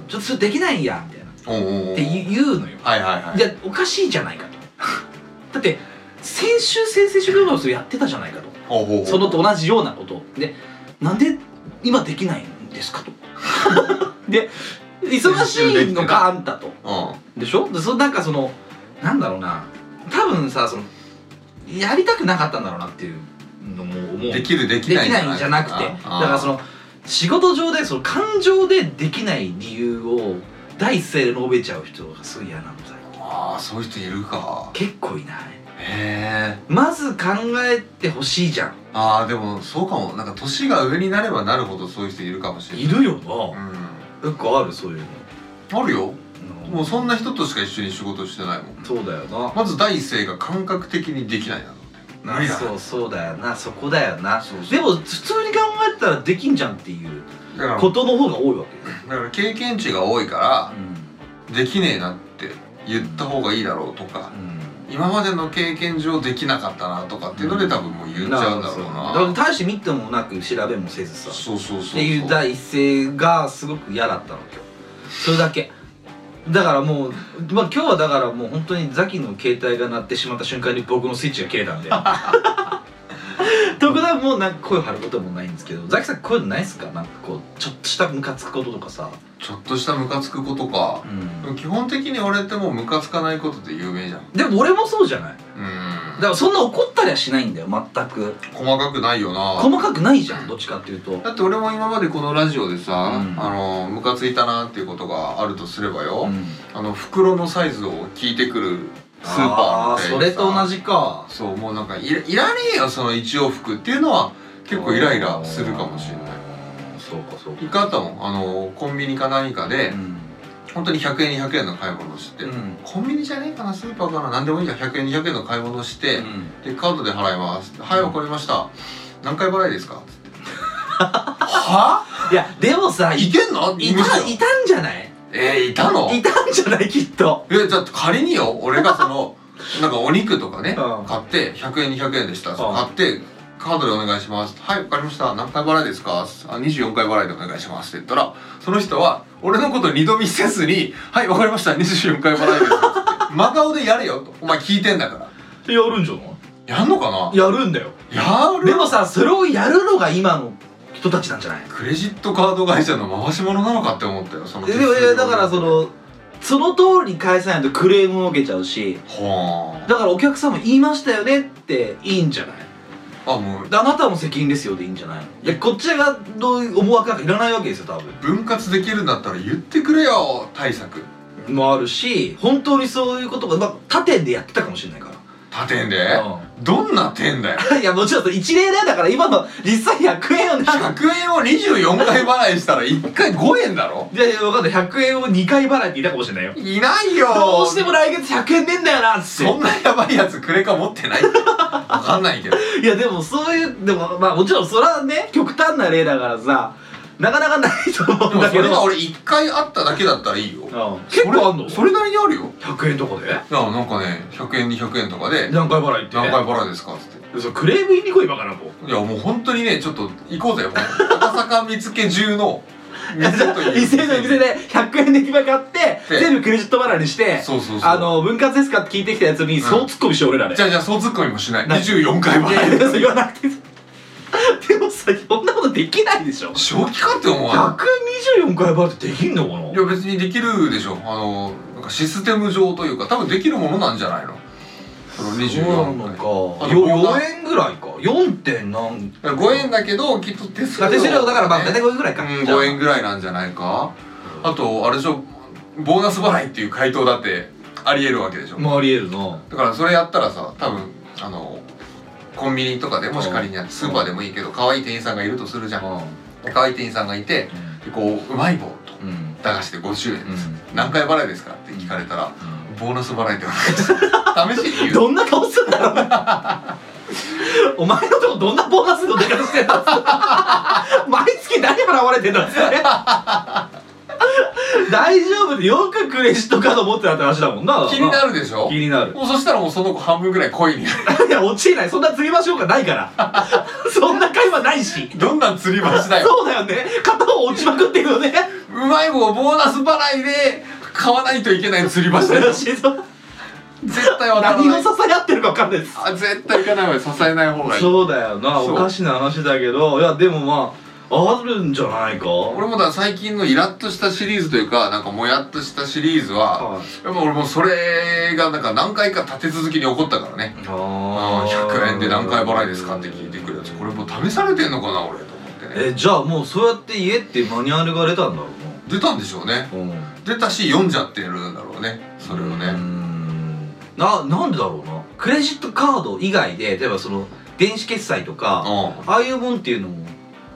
ちょっとそれできないやみたいなっおうおうおうて言う言うのよはいはいはいいやおかしいじゃないかと <laughs> だって先週先々週ぐらいまでそれやってたじゃないかとほうほうほうそのと同じようなことでなんで今できないんですかと <laughs> で忙しいのかあんたとうでしょでそなんかそのなんだろうな多分さそのやりたくなかったんだろうなっていうのも思うんできるできないできないんじゃなくてだからそのの仕事上でその感情でできない理由を第一声で述べちゃう人がすごい嫌なの最近あーあーそういう人いるか結構いないへえまず考えてほしいじゃんああでもそうかもなんか年が上になればなるほどそういう人いるかもしれないいるようなんなんかあるそういうのあるようんもうそんな人としか一緒に仕事してないもんそうだよなまず第一声が感覚的にできないな無理だそうそうだよなそこだよなそうそうでも普通に考えたらできんじゃんっていうだからことの方が多いわけです、だから経験値が多いかうんらできねえなって言った方がいいだろうとか今までの経験上できなかったなとかっていうので多分もう言っちゃうんだろうだからな大して見てもなく調べもせずさそうそうそうっそていう第一声がすごく嫌だったの今日それだけだからもう、まあ、今日はだからもう本当にザキの携帯が鳴ってしまった瞬間に僕のスイッチが切れた <laughs> んで特段もうなんか声を張ることもないんですけどザキさんこういうのないっすかなんかこうちょっとしたムカつくこととかさ、ちょっとしたムカつくことかでも基本的に俺ってもうムカつかないことで有名じゃんでも俺もそうじゃないだうからそんな怒ったりはしないんだよ全くん細かくないよな細かくないじゃんどっちかっていうとだって俺も今までこのラジオでさ、うんあのムカついたなっていうことがあるとすればうよ、んあの袋のサイズを聞いてくるスーパあーみたいそれと同じじかそうもうなんかいらいらねえよその一往復っていうのは結構イライラするかもしれないあーそうかそうか一回あったもんあのコンビニか何かで、うん本当に100円200円の買い物をして、うんコンビニじゃねえかなスーパーかな何でもいいや100円200円の買い物をして、うんでカードで払いますはいわかりました何回払いで <laughs> すかはあいやでもさいいけんのいむしたろいたんじゃないえー、いたのいたんじゃないきっといやじゃあ仮によ俺がそ <laughs> のなんかお肉とかね、うん買って100円200円でした、ん買ってカードでお願いしますはいわかりました何回払いですかあ24回払いでお願いしますって言ったらその人は俺のこと二度見せずにはいわかりました24回 <laughs> 払いですって真顔でやれよとお前聞いてんだからやるんじゃないやんのかなやるんだよやるでもさそれをやるのが今の人たちなんじゃないクレジットカード会社の回し者なのかって思ったよそのでもいやだからそのその通りに返さないとクレームを受けちゃうしほーんだからお客さんも言いましたよねっていいんじゃないあもうであなたも責任ですよでいいんじゃないのいやこっちがどういう思惑なんかいらないわけですよ多分分割できるんだったら言ってくれよ対策もあるし本当にそういうことが、まあ、他店でやってたかもしれないか他店で、ら、どんな点だようん <laughs> いやもちろんそれ一例だよだから今の実際100円をね100円を24回払いしたら1回5円だろいやいや分かんない100円を2回払いって言ったかもしれないよいないよどうしても来月100円出んだよなっつそっんなやばいやつクレカ持ってないってわか <laughs> んないけどていやでもそういうでもまあもちろんそれはね極端な例だからさなかなかないと思でうんもだそけれどが俺1回あっただけだったらいいようん結構あんのそれそれなりにあるよ100円とかでいやなんかね100円200円とかで何回払いって何回払いですかっつってそうクレーム言いに来い今からもういやもう本当にねちょっと行こうぜもう赤坂見附中の店という <laughs> 店の店で100円で決め買ってで全部クレジット払いにしてそうそうそうあの分割ですかって聞いてきたやつにんそうツッコミしよう俺らでじゃあじゃあそうツッコミもしないない24回いやい払やいです言わなくていいですでもさそんなことできないでしょ正気かって思わない124回払ってできんのかないや別にできるでしょあのなんかシステム上というか多分できるものなんじゃないのそのそうなの24か回よあと4円ぐらいか 4. 点何5円だけどきっと手数だってそれだからまあ大体5円ぐらいか、うん5円ぐらいなんじゃないかあとあれでしょボーナス払いっていう回答だってありえるわけでしょまあありえるなだからそれやったらさ多分あのコンビニとかでもし仮にやってスーパーでもいいけど可愛い店員さんがいるとするじゃんで可愛い店員さんがいてでこううまい棒とうんうん駄菓子で50円です、う何回払いですかって聞かれたらボーナス払いでお願いします <laughs> 試しに言うどんな顔すんだろうなお前のとこどんなボーナスの出方してんだ毎月何払われてんだ大丈夫でよくクレジットカード持ってたって話だもんな気になるでしょ気になるもうそしたらもうその子半分ぐらい恋に <laughs> いや落ちないそんな釣りましょうがないからそんな会話ないしどんな釣り橋だよそうだよね片方落ちまくってるよねうまい棒ボーナス払いで買わないといけない釣り橋だよ絶対渡ら何なをい支え合ってるか分かんないですあ絶対行かない方がいい支えない方がいいそうだよなそうおかしな話だけどいやでもまああるんじゃないか俺もだから最近のイラッとしたシリーズというかなんかもやっとしたシリーズは、はいやっぱ俺もうそれがなんか何回か立て続けに起こったからねあーあー100円で何回払いですかって聞いてくるやつこれもう試されてんのかな俺と思ってねえじゃあもうそうやって言えってマニュアルが出たんだろう出たんでしょうねなうん出たし読んじゃってるんだろうねそれをうーねんななんでだろうなクレジットカード以外で例えばその電子決済とうかんああいうもんっていうのも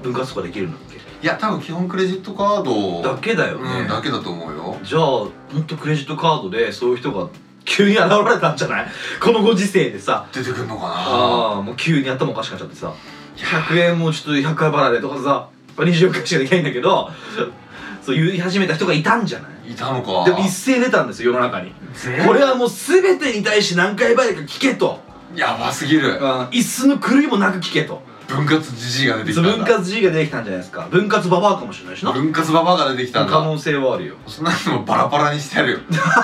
分割とかできるんだっけいや多分基本クレジットカードだけだよね、うんだけだと思うよじゃあほんとクレジットカードでそういう人が急に現れたんじゃないこのご時世でさ出てくんのかなああもう急に頭おかしくなっちゃってさ100円もちょっと100回払いでとかさ24回しかできないんだけどそう言い始めた人がいたんじゃないいたのかでも一斉出たんですよ世の中にこれはもう全てに対して何回払いか聞けと、やばすぎるうん、一寸の狂いもなく聞けと分割じじいが出てきたんだ分割 G ができたんじゃないですか分割ババアかもしれないしな分割ババアが出てきたん可だ能性はあるよそんなのもバラバラにしてやるよ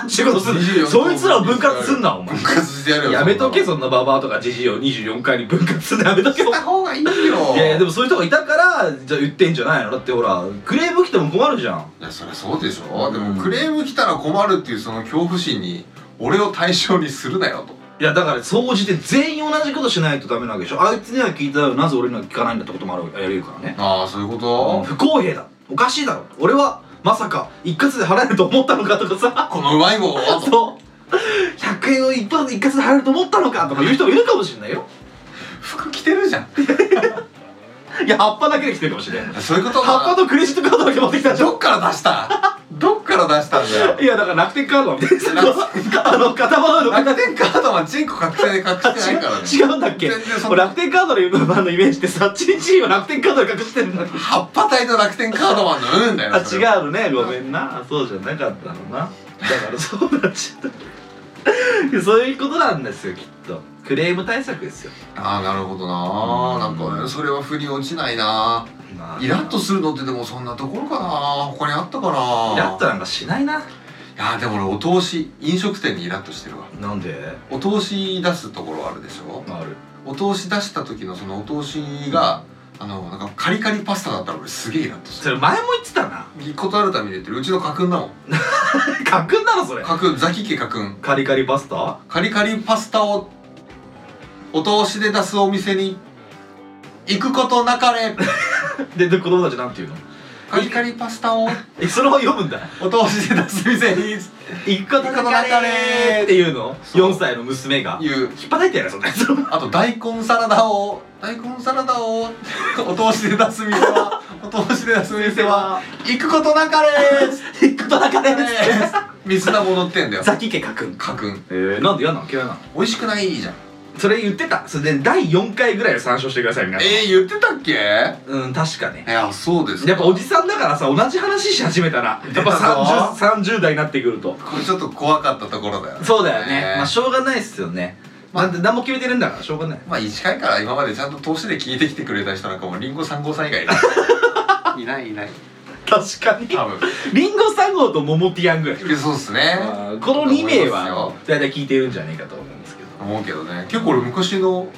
仕事するそいつらを分割すんなお前分割してやるよやめとけそそんなババアとかジジイを24回に分割するのやめとけした方がいいよいやいやでもそういう人がいたからじゃあ言ってんじゃないのだってほらクレーム来ても困るじゃんいやそりゃそうでしょ、うんでもクレーム来たら困るっていうその恐怖心に俺を対象にするなよといやだから総じて全員同じことしないとダメなわけでしょあいつには聞いたよなぜ俺には聞かないんだってこともあるやれるからねああそういうこと、不公平だおかしいだろ俺はまさか一括で払えると思ったのかとかさこのうまい棒をとそう100円を一発一括で払えると思ったのかとか言う人もいるかもしれないよ服着てるじゃんいや葉っぱだけで来てるかもしれないそういうこと葉っぱとクレジットカードだけ持ってきたじゃんどっから出したどっから出したんだよいやだから楽天カード <laughs> みたいなあの片方の楽天カードはチンコ確定で隠してないからね違うんだっけ全然そん俺な楽天カードの今のイメージってさっちにチームは楽天カードで隠してるんだけど葉っぱ体の楽天カードマンのうんだよあそれは違うのねごめんなそうじゃなかったのなだからそうなっちゃったそういうことなんですよきっとクレーム対策ですよああなるほどななんかねそれは腑に落ちないなまイラッとするのってでもそんなところかな他にあったかイなラッとなんかしないないやでも俺お通し飲食店にイラッとしてるわなんでお通し出すところあるでしょあるお通し出した時のそのお通しがあのなんかカリカリパスタだったら俺すげえイラッとすそるれ前も言ってたな断るために言ってるうちの家訓だもんかくんだろそれ家訓ザキ家家訓カリカリパスタカリカリパスタをお通しで出すお店に行くことなかれでで子供たちなんて言うのカリカリパスタをえそれを読むんだお通しで出す店に一個一個だけねっていうのそう4歳の娘が言う引っ張いてやるそんなやつあと大根サラダを大根サラダをお通しで出す店はお通しで出す店は行くことなかれ一個だけね水菜も乗ってんだよザキ家かくん家訓えー、なんで嫌なの嫌いなの美味しくないじゃんそれ言ってたそれで第4回ぐらいを参照してくださいみんなえー、言ってたっけいうん確かねやそうですかやっぱおじさんだからさ同じ話し始めたらやっ出たぱぞ 30, 30代になってくるとこれちょっと怖かったところだよそうだよね、えーまあしょうがないっすよねまあ、なんで何も決めてるんだからしょうがないまあ1回から今までちゃんと投資で聞いてきてくれた人なんかもうリンゴ3号さん以外いないいないいない確かに <laughs> 多分リンゴ3号とモモティアンぐらいそうっすねあーこの2名思いはます大体聞いてるんじゃないかと思うんですけど思うけどね結構俺昔の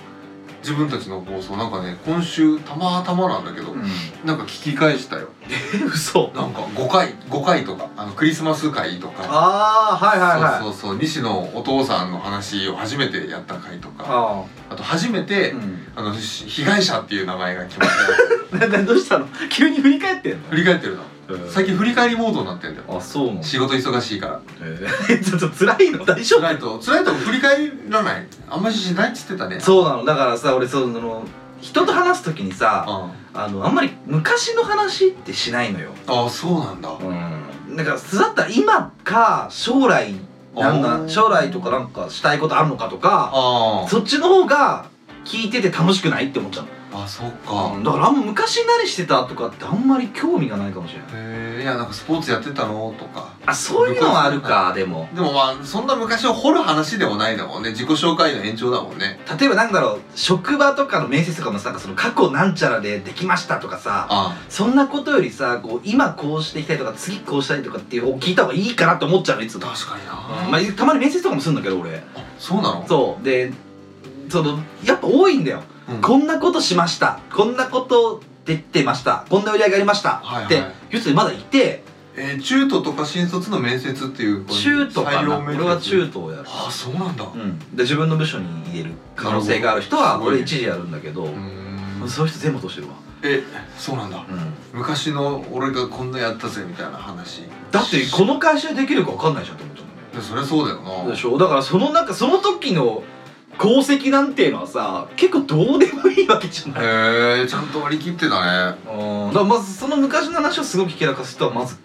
自分たちの放送なんかね今週たまたまなんだけど、うなんか聞き返したよん嘘なんか5回5回とかあのクリスマス会とかああはいはいはいそううそうそう西のお父さんの話を初めてやった回とかああと初めて、ーうんあのし被害者っていう名前が決まってななどうしたの急に振り返ってんの振り返ってるの最近振り返りモードになってんだよあそうなの仕事忙しいからえー <laughs> ちょっと辛いの大丈夫辛いと辛いと振り返らないあんまりしないっつってたねうそうなのだからさ俺その人と話す時にさああのあんまり昔の話ってしないのよあそうなんだうんだからだったら今か将来なんあーだ将来とかなんかしたいことあるのかとかあーそっちの方が聞いてて楽しくないって思っちゃうあそっうかんだからあんま昔何してたとかってあんまり興味がないかもしれないへえいやなんかスポーツやってたのとかあそういうのはあるかでもでもまあそんな昔を掘る話でもないだもんね自己紹介の延長だもんね例えばなんだろう職場とかの面接とかもさなんかその過去なんちゃらでできましたとかさあそんなことよりさこう今こうしていきたいとか次こうしたいとかっていう方を聞いた方がいいかなって思っちゃうのいつあも、確かにな、まあ、たまに面接とかもするんだけど俺あそうなのそうでそのやっぱ多いんだよ、うんこんなことしましたこんなこと出てましたこんな売り上げありました、はいはいって言う人まだいてえー、中途とか新卒の面接っていう中途か採な用面俺接は中途をやる、ああそうなんだううん、で自分の部署に入れる可能性がある人なるはほどすごい俺ね一時やるんだけど、ーんそういう人全部通してるわ、えそうなんだうん、昔の俺がこんなやったぜみたいな話だってこの会社でできるか分かんないじゃんって思っちゃうのでそりゃそうだよなでしょだからそのなんかその時の功績なんていうのはさ結構どうでもいいわけじゃない、へえちゃんと割り切ってたねうん、だからまずその昔の話をすごくひけらかす人はまず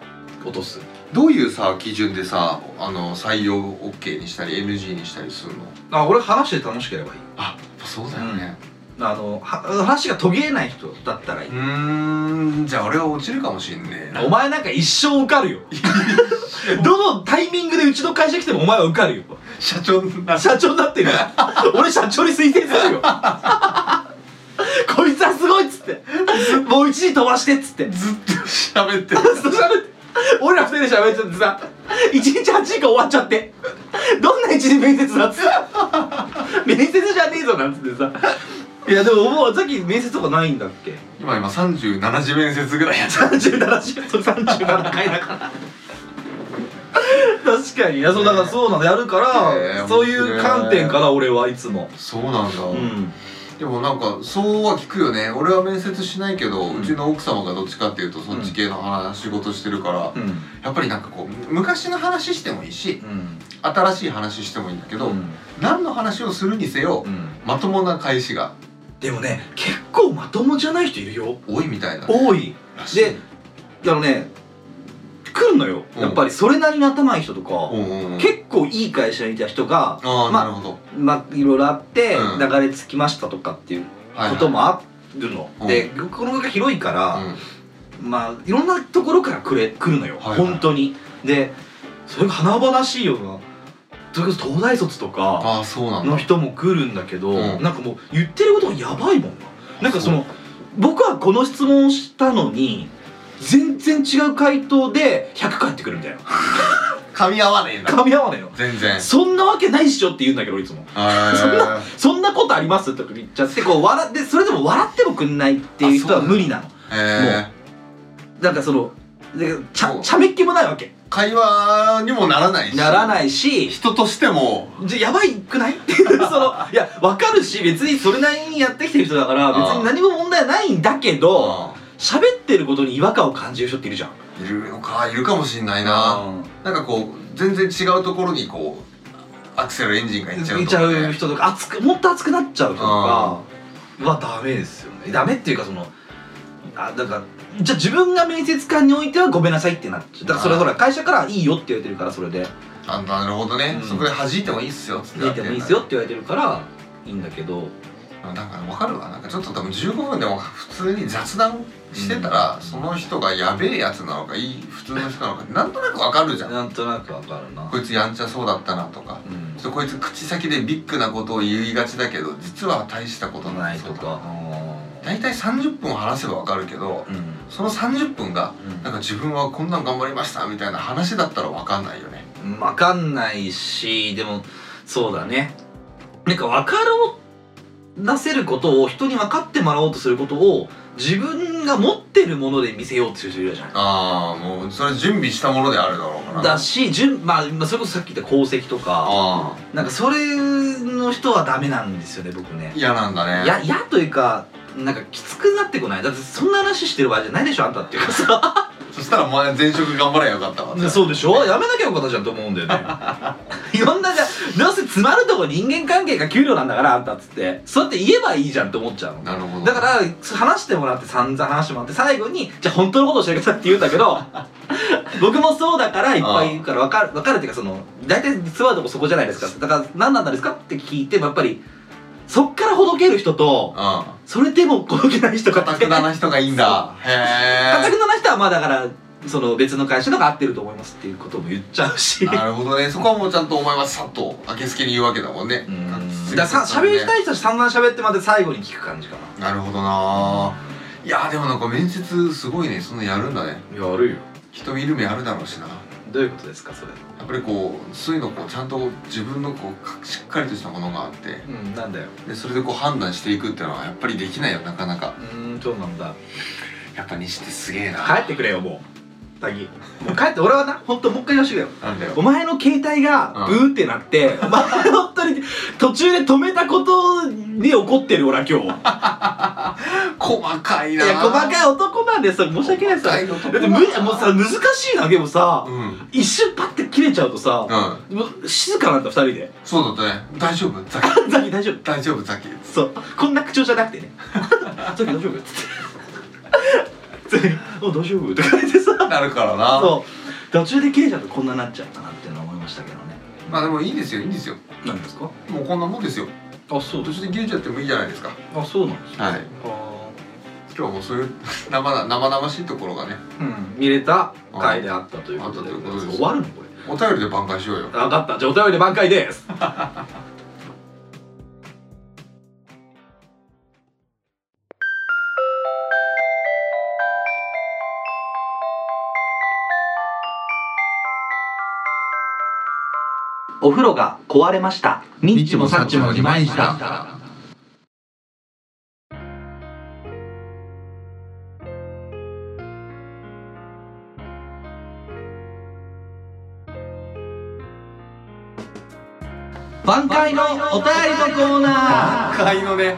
落とすどういうさ基準でさあの採用 OK にしたり NG にしたりするのあ俺話して楽しければいいあやっぱそうだよね、あのは話が途切れない人だったらいいうーんじゃあ俺は落ちるかもしんねえなお前なんか一生受か <laughs> るよどのタイミングでうちの会社来てもお前は受かるよ社長にな社長になってるよ俺社長に推薦するよこいつはすごいっつってもう一時飛ばしてっつってずっと喋ってるずっと喋って俺ら二人で喋っちゃってさ1日8時間終わっちゃってどんな一日面接だっつって面接じゃねえぞなんつってさいやでももうさっき面接とかないんだっけ今今37時面接ぐらいやった37時間それ37回だから確かにいやそうだからそうなのやるから、へえそういう観点から俺はいつもそうなんだ、うんでもなんかそうは聞くよね俺は面接しないけど、うちの奥様がどっちかっていうとそっち系の話、仕事してるから、うんやっぱりなんかこう昔の話してもいいしうん新しい話してもいいんだけど、うん何の話をするにせよ、うんまともな返しがでもね結構まともじゃない人いるよ多いみたいな多いらしいであのね来るのようんやっぱりそれなりに頭いい人とか、うんうんうん結構いい会社にいた人がああまあなるほどまあいろいろあってうん流れ着きましたとかっていうはいはいこともあるの、うんでこのが広いかうら、んまあいろんなところからくれ来るのよ、はいはい本当にでそれが華々しいようなそれこそ東大卒とかああそうなんだの人も来るんだけど、うんなんかもう言ってることがやばいもんななんかその僕はこの質問をしたのに全然違う回答で100返ってくるみたいな噛み合わねえんだ <laughs> 噛み合わないの全然そんなわけないっしょって言うんだけど俺いつもそんあそんなことありますとか言っちゃ <laughs> ってこう笑ってそれでも笑ってもくんないっていう人は無理なのーえーなんかそのなんかちそゃうちゃめっ気もないわけ会話にもならないしならいないし人としてもじゃやばいくない <laughs> っていうそのいやわかるし別にそれなりにやってきてる人だから別あにー何も問題ないんだけど喋ってることに違和感を感じる人っているじゃんうんいるのかいるかもしんないななんかこう全然違うところにこうアクセルエンジンがいっちゃういとちかゃねう人とか熱くもっと熱くなっちゃう人とかはダメですよねダメっていうかそのあだからじゃあ自分が面接官においてはごめんなさいってなっちゃうだからそれはほら会社からいいよって言われてるからそれであなるほどね、うんそこで弾いてもいいっすよっつって出てもいいですよって言われてるからいいんだけどなんかわかるわなんかちょっと多分15分でも普通に雑談してたら、うんその人がやべえやつなのかいい普通の人なのかなんとなくわかるじゃん、なんとなくわかるなこいつやんちゃそうだったなとかうんちょっとこいつ口先でビッグなことを言いがちだけど実は大したことなないいとそうだか大体30分話せばわかるけどうんその30分がうんなんか自分はこんなん頑張りましたみたいな話だったらわかんないよね分かんないしでもそうだねなんか分かろうなせることを人に分かってもらおうとすることを自分が持ってるもので見せようとする人いるじゃんああもうそれ準備したものであるだろうからだし、順まあ、まあそれこそさっき言った功績とかああなんかそれの人はダメなんですよね僕ね嫌なんだねいやいやというかなんかきつくなってこないだってそんな話してる場合じゃないでしょあんたっていうかさそしたらお前前職頑張ればよかったわそうでしょやめなきゃよかったじゃんと思うんだよね <laughs> いろんなじゃどうせ詰まるとこ人間関係が給料なんだからあんたっつってそうやって言えばいいじゃんって思っちゃうのなるほどだから話してもらって散々話してもらって最後に「じゃあ本当のことを教えてください」って言うんだけど <laughs> 僕もそうだからいっぱい言うから分かる分かるっていうかその大体座るとこそこじゃないです <laughs> かだから何なんですかって聞いてもやっぱりそっからほどける人とうそれでもほどけない人んがかたくなな人がいいんだかたへくなな人はまあだからその別の会社とか合ってると思いますっていうことも言っちゃうえしなるほどねそこはもうちゃんとお前はさっと明けすけに言うわけだもんねうんかつだからさ喋りたいい人は散々喋ってまで最後に聞く感じかななるほどないやでもなんか面接すごいねそんなやるんだねやるよ人見る目あるだろうしなやどういうことですかそれっぱりこうそういうのこうちゃんと自分のこうかしっかりとしたものがあってうんなんだよでそれでこう判断していくっていうのはやっぱりできないよなかなかうーんそうなんだやっぱ西ってすげえな帰ってくれよもうタギもう帰って俺はな本当もう一回言わしてくれよなんだよお前の携帯がうブーってなって、お前本当に途中で止めたことに怒ってる俺は今日細かいないや細 <laughs> かい男なんですよ申し訳ないですよ細だか男って無理もうさ難しいなでもさ、うん一瞬パッて切れちゃうとさ、うんもう静かなんだ二人で <laughs> そうだったね大丈夫ザキザキ大丈夫大丈夫ザキそうこんな口調じゃなく <laughs> てねザキ大丈夫つって <laughs> お大丈夫とか言ってさなるからなそう途中で切れちゃうとこんなになっちゃったなっていうのは思いましたけどねまあでもいいですよいいんですよなんですかもうこんなもんですよあそ途中で切れちゃってもいいじゃないですかあそうなんですはいあ今日はもうそういう <laughs> 生な生々しいところがねーうん見れた回であったということであったということです終わるのこれお便りで挽回しようよ分かったじゃあお便り挽回ですお風呂が壊れました。ニッチもサッチも二枚舌。挽回のお便りのコーナー。挽回のね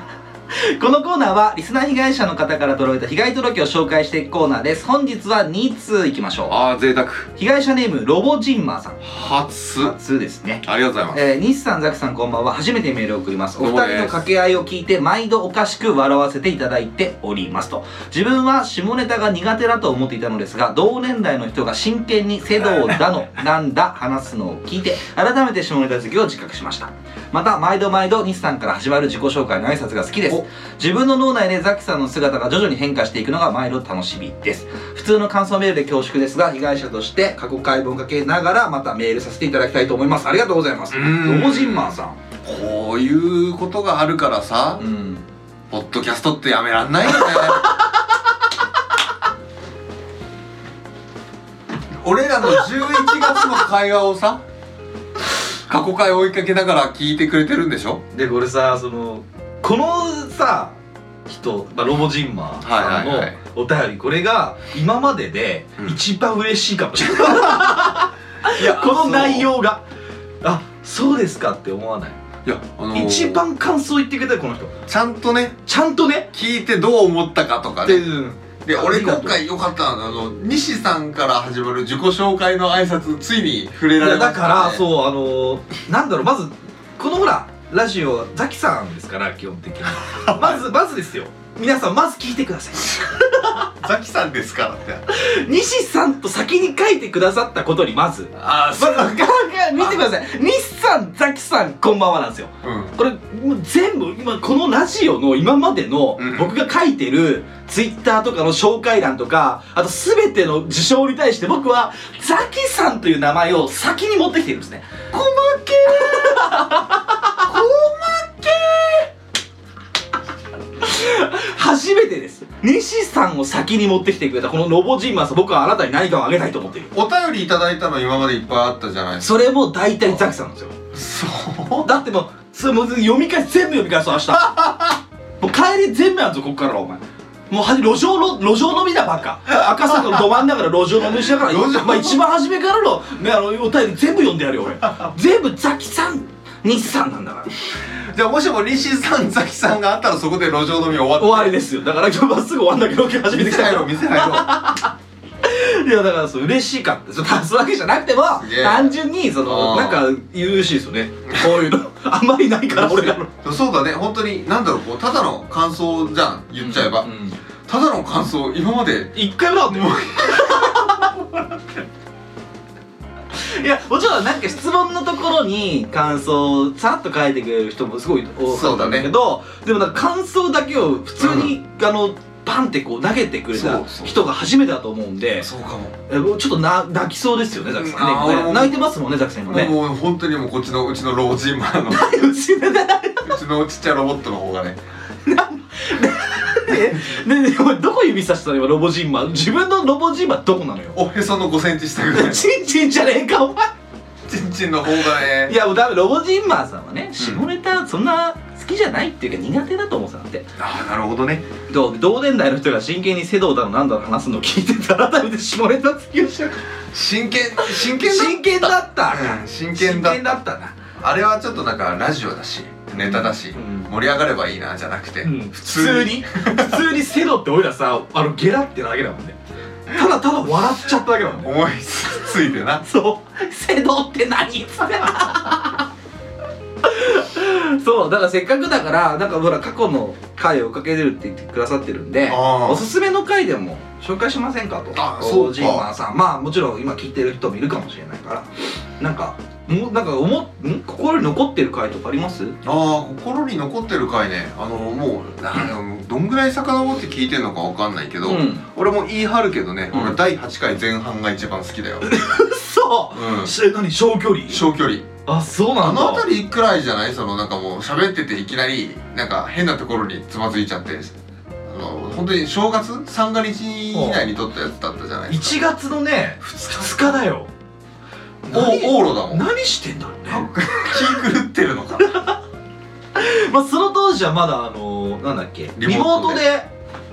このコーナーはリスナー被害者の方から届いた被害届を紹介していくコーナーです本日は2通いきましょああ贅沢う被害者ネームロボジンマーさん初2ですねありがとうございますえー、西さんザクさんこんばんは初めてメールを送りますお二どうも人ですの掛け合いを聞いて毎度おかしく笑わせていただいておりますと自分は下ネタが苦手だと思っていたのですが同年代の人が真剣に世道だ <laughs> のなんだ話すのを聞いて改めて下ネタ好きを自覚しましたまた毎度毎度西さんから始まる自己紹介の挨拶が好きですお自分の脳内でザキさんの姿が徐々に変化していくのが毎度楽しみです普通の感想メールで恐縮ですが被害者として過去解剖をかけながらまたメールさせていただきたいと思いますありがとうございますうロんボジンマンさんこういうことがあるからさ、うんポッドキャストってやめらんないよね <laughs> 俺らの11月の会話をさ過去回追いかけながら聞いてくれてるんでしょで俺さそのこのさ人、まあ、ロボジンマーさんのはいはいはいお便りこれが今まででうん一番嬉しいかもし <laughs> れない、いやこの内容があそうですかって思わない、いや、あのー一番感想言ってくれたよこの人ちゃんとねちゃんとね聞いてどう思ったかとかでねであ俺りが今とう回良かったのはあの西さんから始まる自己紹介の挨拶ついに触れいられやまだした、かね、らそうあのーなんだろうまずこのほらラジオザキさんですから基本的 <laughs> にまずまずですよ皆さんまず聞いてくださいザキさんですからって西さんと先に書いてくださったことにまずああまずがが見てください西さんザキさんこんばんはなんですようんこれもう全部今このラジオの今までのうん僕が書いてるツイッターとかの紹介欄とかあと全ての事象に対して僕はザキさんという名前を先に持ってきてるんですね細けー細けー初めてです西さんを先に持ってきてくれたこのロボジンマンさん僕はあなたに何かをあげたいと思っているお便りいただいたの今までいっぱいあったじゃないですそれも大体ザキさんなんですよかそうだってもうそれもう読み返す全部読み返そう <laughs> 明日もう帰り全部やんぞこっからお前もうはじ路上の路上飲みだバカ赤坂のど真ん中で <laughs> 路上飲みしながら路上まあ、一番初めからの,、ね、あのお便り全部読んでやるよ俺全部ザキさん日産なんだからじゃあもしも西さんザキさんがあったらそこで路上飲み終わって終わりですよだから今日まっすぐ終わんなきゃロケ始めてきた店入けろどう店入ろう <laughs> いやだからそう嬉しいかってそうそういうわけじゃなくてもすげえ単純にそのあなんーか優しいですよねこういうの <laughs> あんまりないから俺らのそうだね本当に何だろうこうただの感想じゃん言っちゃえば、うんただの感想今まで一回もなかったよ <laughs> いやもちろんなんか質問のところに感想をさらっと書いてくれる人もすごい多かったんだけどでもなんか感想だけを普通に、あのバンってこう投げてくれそたうそう人が初めてだと思うんでそうかもえもうちょっとな泣きそうですよねザキさうんあんーね俺こもれ泣いてますもんねザキさん今ねもう本当にもうこっちのうちの老人マンの <laughs> ううちでねちのちっちゃいロボットの方がねねねお前どこ指さしたの今ロボジンマ自分のロボジンマどこな <laughs> のよおへその5センチ下ぐらいのちチンチンじゃねえかお前んちんの方がねいやもうダメロボジンマーさんはね下ネタそんな好きじゃないっていうか苦手だと思ってたんだってああなるほどねどう同年代の人が真剣に世道だのなんだの話すのを聞いてて改めて下ネタ好きをしちゃう真剣真剣だ真剣だったうん真剣だ真剣だったなあれはちょっとなんかラジオだしネタだし、うん盛り上がればいいなじゃなくて、うん普通に普通に世道って俺らさあのゲラってだけだもんねただただ笑っちゃっただけだもんね思いつついてなそう世道って何っつって <laughs> そうだからせっかくだからなんかほら過去の回を追っかけれるって言ってくださってるんであーおすすめの回でも紹介しませんかとあそうかジンマーさんまあもちろん今聞いてる人もいるかもしれないからなんかもなんか思っん心に残ってる回とかありますああ心に残ってる回ねあのもうなんどんぐらい遡って聞いてんのかわかんないけど、ん俺も言い張るけどね、うん俺第8回前半が一番好 <laughs> きだよ、嘘うん、し何小距離小距離あそうなあんだの辺りくらいじゃないそのなんかもう喋ってていきなりなんか変なところにつまずいちゃってあの本当に正月三が日以内に撮ったやつだったじゃないです1月のね2日だよかおおお往路だもん何してんだろうね気狂ってるのかなまあ、その当時はまだあのー、なんだっけリリモモーートトで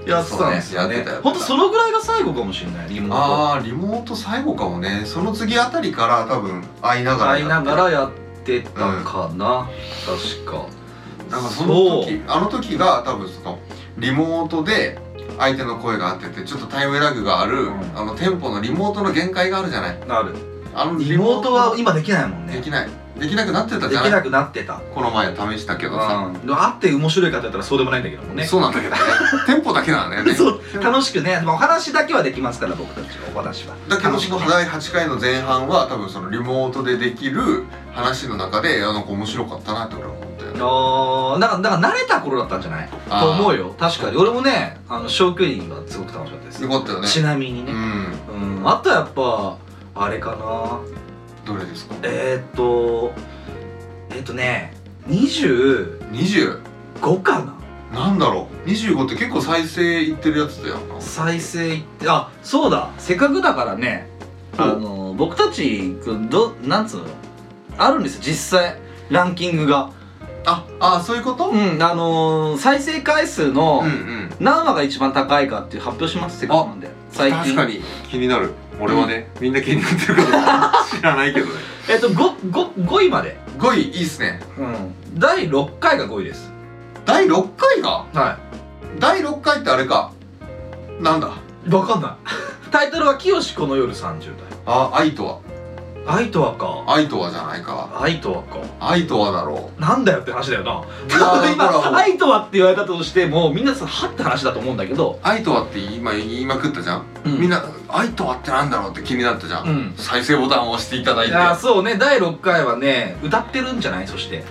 でやってたんですよそうねやねってたやってたほんとそのぐらいが最後かもしれないリモートあーリモート最後かもねその次あたりから多分会いながら会いやっなてがらやってたかな、確かなんかその時あの時が多分そのリモートで相手の声が合っててちょっとタイムラグがある、うんあのテンポのリモートの限界があるじゃないなるあのリモートはリ今できないもんモートねででききないできなくなってたじゃないなくなってたこの前試したけどさ、うんあって面白いかと言ったらそうでもないんだけどもねそうなんだけどね <laughs> テンポだけなんだよね <laughs> そうでも楽しくねまあお話だけはできますから僕たちのお話はだけど楽しそくの第8回の前半は多分そのリモートでできる話の中であの子面白かったなって俺は思ったよねあーだからだから慣れた頃だったんじゃないとあー思うよ確かに俺もねあの小距離はすごく楽しかったですよかったよねちなみにうね、んうんあとやっぱあれかなどれですかえー、っとえー、っとね25 20かななんだろう25って結構再生いってるやつだよな再生いってあそうだせっかくだからねあの僕たちどなんつうのあるんですよ実際ランキングがああそういうことうんあのー再生回数のうんうん何話が一番高いかっていう発表しますせっかくなんで最近確かに気になる俺はね、みんな気になってるけど <laughs> 知らないけどねえっと 5, 5, 5位まで、 5位いいっすねうん、第6回が5位です第6回がは第6回ってあれかなんだい分かんないタイトルは「清この夜30代あ愛とは」愛とはか愛とはじゃないか愛とはか愛とはだろなんだよって話だよなう多分いやーほ今「ら愛とは」って言われたとしてもみんなさはって話だと思うんだけど、愛とはって今言いまくったじゃん、うんみんな愛とはってなんだろうって気になったじゃうん、ん再生ボタンを押していただいいてやーあそうね第6回はね歌ってるんじゃないそして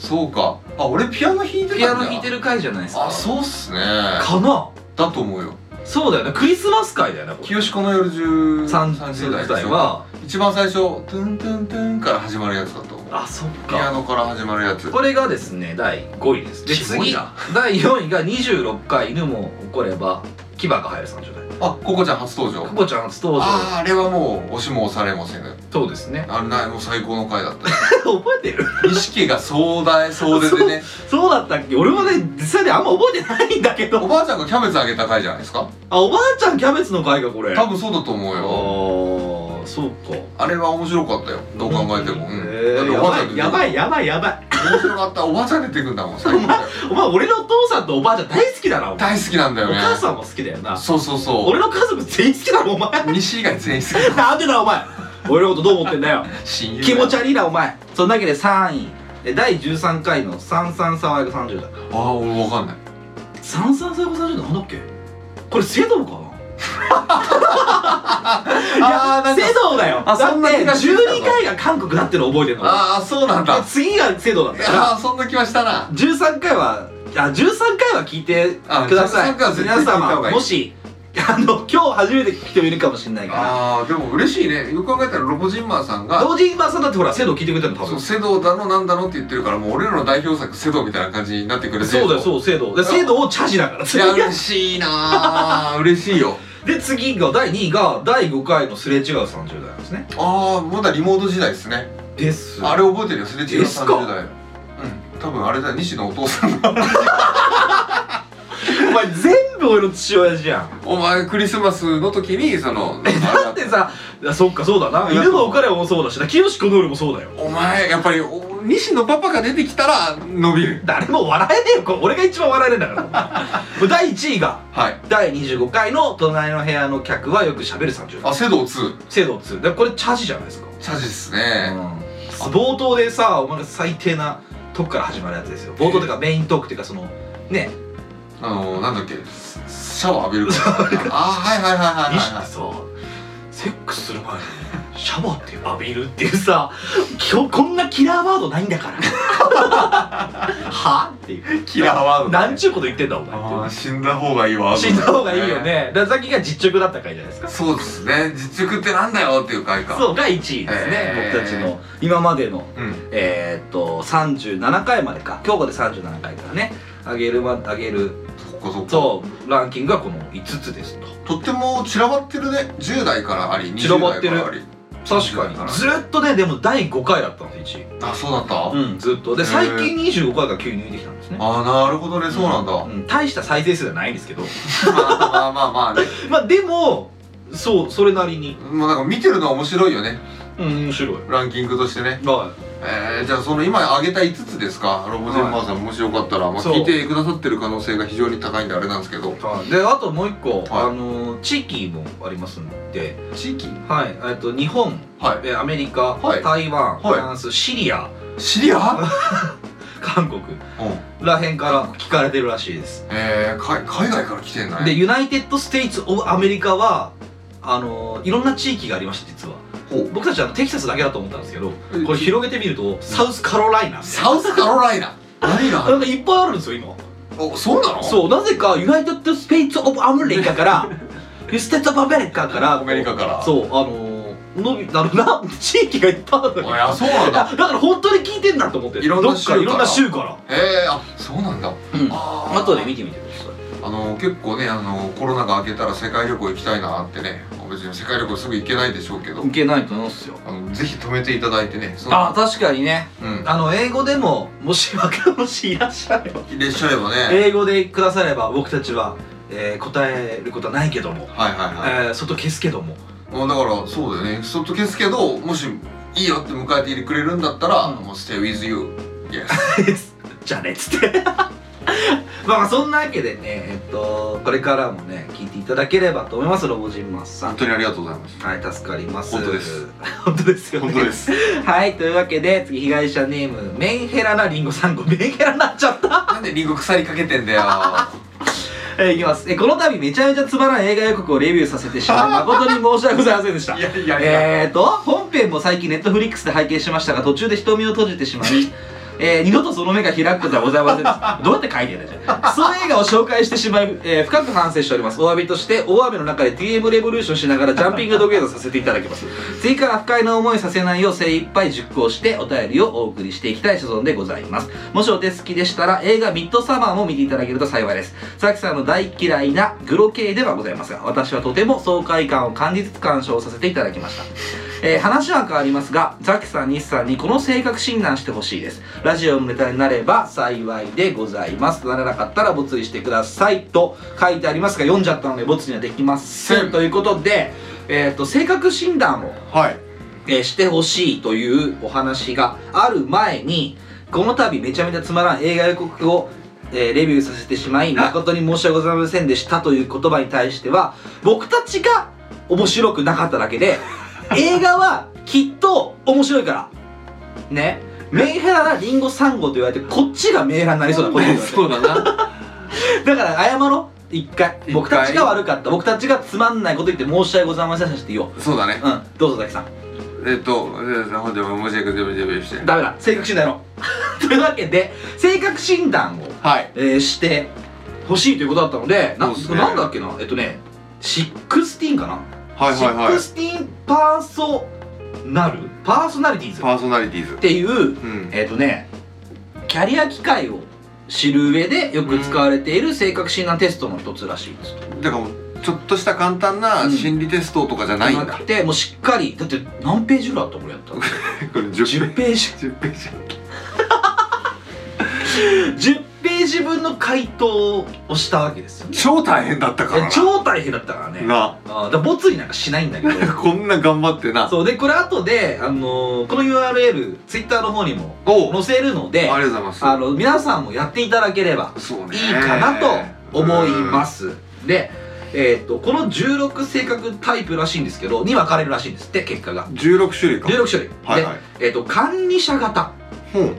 そうかあ俺ピアノ弾いてたんだピアノ弾いてる回じゃないですかあそうっすねかなだと思うよそうだよねクリスマス回だよねこれ清子の夜10 30代ですよは一番最初「トゥントゥントゥン」から始まるやつだと思うあそっピアかノから始まるやつこれがですね第5位ですでキモい次な第4位が26回「犬も怒れば牙が生える30代あココちゃん初登」場ココちゃん初登場あああれはもう押しも押されもせぬそうですねあれなもう最高の回だったよ覚えてる錦が壮大壮絶でねそうだったっけ俺もね実際ねあんま覚えてないんだけおどばあちゃんがキャベツあげた回じゃないですかあおばあちゃんキャベツの回かこれ多分そうだと思うあよーそうかあれは面白かったよどう考えても、うんだえってー、おやばあばいちゃん出てくやるばいやばいやばい面白かったおばあちゃん出てくるんだもん最 <laughs> 高だよお前俺のお父さんとおばあちゃん大好きだなお前大好きなんだよおね母さんも好きだよなそうそうそう俺の家族全員好きだろお前 <laughs> 西以外全員好なんでだお前俺のことどう思ってんだよき親友気持ち悪いなお前そんなわけで3位え第13回の「三三爽やか30代」ああ俺わかんない「三三爽やか30代」なんだっけこれセドウかないあーなやんかセドウだよだあってそんな気がしてたぞ12回が韓国だっての覚えてるのああそうなんだで次がセドウだったからああそんな気はしたな13回はあ13回は聞いてくださいあ13回は絶対聞皆いた方がいい様もし <laughs> あの今日初めて来てもいるかもしれないからあーでも嬉しいねよく考えたらロボジンマーさんが同時に今さんだってほらセドウ聞いてくれたの多そう分セドだのなんだのって言ってるからもう俺らの代表作セドみたいな感じになってくれてそうだよそうセドウでセドウをチャジだからいや嬉しいなー <laughs> 嬉しいよで次が第2位が第5回のすれ違う30代なんですねああまだリモート時代ですねですあれ覚えてるよすれ違うですか30代うん多分あれだよ西のお父さんがお前全部俺の父親じゃん <laughs> お前クリスマスの時にそのだってさあそっかそうだな犬のおかれもそうだしな清子の俺もそうだよお前やっぱりお西のパパが出てきたら伸びる誰も笑えねえよこれ俺が一番笑えねえんだからお前第1位がはい第25回の「隣の部屋の客はよくしゃべる30代あセド2」制度2でこれチャジじゃないですか、チャジっすうねん冒頭でさお前が最低なとこから始まるやつですよ冒頭というかメイントークというかそのねあのなんだっけシャワー浴びるからあはいはいはいはい西はっいてさセックスする前にシャワーって浴びるっていうさ今日こんなキラーワードないんだ <laughs> からはっていうキラーワードなんちゅうこと言ってんだおあ前あって死んだ方がいいわ死んだ方がいいよねだからさっきが実直だった回じゃないですかそうですね実力ってなんだよっていう回かそうが1位ですね、えー僕たちの今までのうんえー、っと37回までか今日まで37回からね上げるま上げるそっかそっかそうランキングがこの5つですととっても散らばってるね10代からあり散ら20ばっ代てかるらあり確かにずっとねでも第5回だったんです1位あそうだった、うん、ずっとでへー最近25回が急に抜いてきたんですねああなるほどねそうなんだ、うん、大した再生数じゃないんですけ <laughs> どまあまあまあねまあでもそうそれなりにもうなんか見てるのは面白いよねうん面白いランキングとしてねはいえー、じゃあその今挙げた5つですかロボジェンマーさん、もしよかったら、まあ、そう聞いてくださってる可能性が非常に高いんであれなんですけどはいであともう一個、はいあの地域もありますんで、地域はいえっと日本、はいえアメリカ、はい台湾、はいフランスシリアシリア、韓国うんらへんから聞かれてるらしいです、えー、か海外から来てんだでねユナイテッド・ステイツ・オブ・アメリカはあのいろんな地域がありました実はほう僕たちあのテキサスだけだと思ったんですけどえこれ広げてみるとサウスカロライナサウスカロライナ何があなるんかいっぱいあるんですよ今おそうなのそうなぜかユナイテッド・スペイツ・オブ・アメリカから <laughs> ユステッド・アメリカからアメリカからそうあのー、のびなるな地域がいっぱいあるのにいやそうなんだだだから本当に聞いてんだと思っていろんどなっか州からいろんな州からえー、あそうなんだ、うんあー後で見てみてくださいあの結構ねあのコロナが明けたら世界旅行行きたいなってね別に世界旅行すぐ行けないでしょうけどけないと思うんすよあのぜひ止めていただいてねそのあ確かにねうんあの英語でももしわかもしいらっしゃればいらっしゃればね英語でくだされば僕たちは、えー答えることはないけども、はいはいはい、えー外消すけどももうだからそうだよねそっと消すけどもしいいよって迎えてくれるんだったら、うんもう stay with you yes じゃあねっつって <laughs> まあまあそんなわけでねえっとこれからもね聞いていただければと思いますロボジンマスさ本ん当にありがとうござ <laughs> いますはい助かります本当です <laughs> 本当ですよね本当ですはいというわけで次被害者ネームメンヘラなリンゴさんごめんメンヘラになっちゃった <laughs> なんでリンゴ腐りかけてんだよえーいきますえーこの度めちゃめちゃつまらない映画予告をレビューさせてしまい誠に申し訳ございませんでしたいやいやいや、えーと本編も最近ネットフリックスで拝見しましたが途中で瞳を閉じて <laughs> しまいえー二度とその目が開くことはございませんでしたどうやって書いてるんだよクソ映画を紹介してしまい、えー深く反省しておりますお詫びとして大雨の中で TM レボリューションしながらジャンピング土下座させていただきます次から不快な思いさせないよう精一杯熟考してお便りをお送りしていきたい所存でございますもしお手すきでしたら映画ミッドサマーも見ていただけると幸いです佐々木さんの大嫌いなグロ系ではございますが私はとても爽快感を感じつつ鑑賞させていただきましたえー話は変わりますがザキさん西さんにこの性格診断してほしいですラジオのネタになれば幸いでございますならなかったら没意してくださいと書いてありますが読んじゃったので没にはできませんということで、えー、と性格診断を、はいえーしてほしいというお話がある前にこの度めちゃめちゃつまらん映画予告をえーレビューさせてしまい誠に申し訳ございませんでしたという言葉に対しては僕たちが面白くなかっただけで映画はきっと面白いからねメンヘラなリンゴ3号と言われてこっちがメンヘラになりそうだこっちが <laughs> 言われてそうだなだから謝ろう一回回僕たちが悪かった僕たちがつまんないこと言って申し訳ございませんでしたって言おうそうだねうんどうぞザキさんえっと本でも申し訳ございませんでしダメだ性格診断やろう <laughs> というわけで性格診断を、たはいえーして欲しいということだったのでなそうっすねなんだっけなえっとね16かなはいはいはい16パーソナルパーソナリティーズっパーソナリティーズていううんえっ、とねキャリア機会を知る上でよく使われている性格診断テストの一つらしいですとだからもうちょっとした簡単な心理テストとかじゃないんじゃだなく、てもうしっかりだって何ページぐらいあったこれや <laughs> ったのこれ10 10ページ10ページ10ページ分の回答をしたわけですよ超大変だったからえな超大変だったからねなあーだからボツになんかしないん <laughs> だけどこんな頑張ってなそうでこれ後で、あのーこの URL ツイッターの方にもおう載せるのありでがあとうございますの皆さんもやっていただければそういねいかなと思います、で、えー、とこの16性格タイプらしいんですけどに分かれるらしいんですって結果がうん16種類か16種類、はいはいで、えー、と管理者型ほう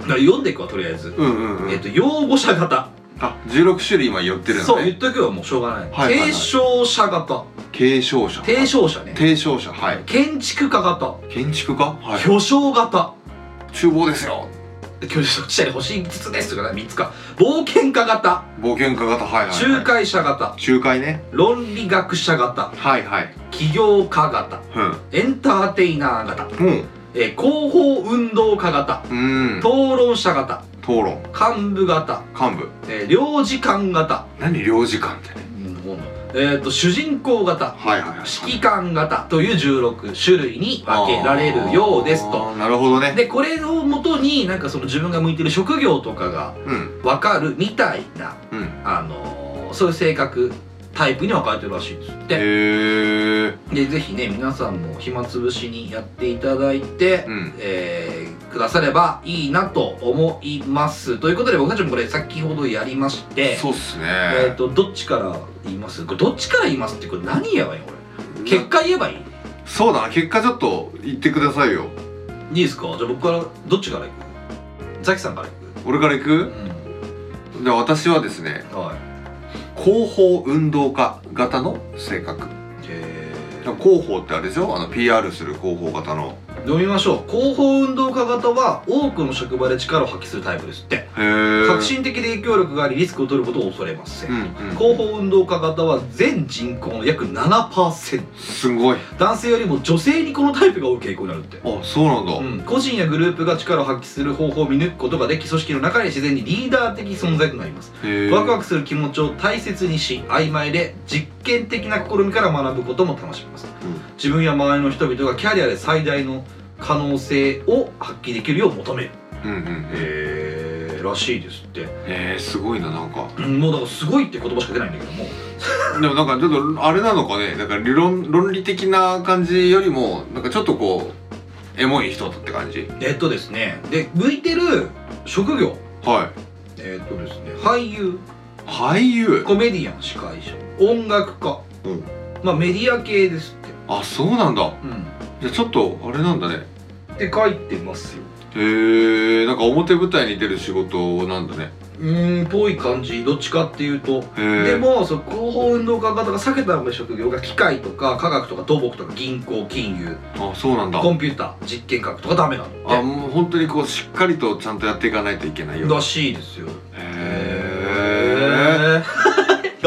だから読んでいくわとりあえず、うんうんうん、えー、と擁護者型あ16種類今言ってるそのう言っねとけばもうしょうがない、はいはいはい継承者型継承者提唱者ね提唱者はい建築家型建築家はい巨匠型厨房ですよ巨匠地帯星5つですとか3つか冒険家型冒険家型はいはい、はい、仲介者型仲介ね論理学者型はいはい起業家型うエンターテイナー型、んうんえー広報運動家型うん討論者型討論幹部型、幹部えー領事官型、何領事館ってねえー、と主人公型はいはいはい指揮官型という16種類に分けられるようですとあーなるほどねでこれをもとになんかその自分が向いてる職業とかがうん分かるみたいなうんあのーそういう性格タイプに分かれてるらしいんですっへてえでぜひね皆さんも暇つぶしにやっていただいて、うんえーくださればいいなと思いますということで僕たちもこれ先ほどやりましてそうっすねえー、とどっちから言いますこれどっちから言いますってこれ何言えばいいのこれ結果言えばいいそうだな結果ちょっと言ってくださいよいいですかじゃあ僕からどっちから行くザキさんから行俺から行くく、うじゃあ私はですねん、はい広報運動家型の性格えー広報ってあれでしょあの PR する広報型の読みましょう広報運動家型は多くの職場で力を発揮するタイプですってへえ革新的で影響力がありリスクを取ることを恐れません、うん、うん、広報運動家型は全人口の約7%すごい男性よりも女性にこのタイプが多い傾向になるってあそうなんだ、うん、個人やグループが力を発揮する方法を見抜くことができ組織の中に自然にリーダー的存在となりますへえワクワクする気持ちを大切にし曖昧で実験的な試みから学ぶことも楽しみます、うん自分や周りの人々がキャリアで最大の可能性を発揮できるよう求めるうんうんへへえらしいですってえすごいななんかうんもうだからすごいって言葉しか出ないんだけどもでもなんかちょっとあれなのかねなんか理論論理的な感じよりもなんかちょっとこうエモい人って感じえっとですねで向いてる職業はえっとですね俳優い俳優コメディアン司会者音楽家、うんまあメディア系ですってあそうなんだうんじゃあちょっとあれなんだねって書いてますよへえなんか表舞台に出る仕事なんだねうーんぽい感じどっちかっていうとへえでもその広報運動家方が避けた方がいい職業が機械とか科学とか土木とか銀行金融あそうなんだコンピューター実験科学とかダメなんだあっもう本当にこうしっかりとちゃんとやっていかないといけないてよらしいですよへええ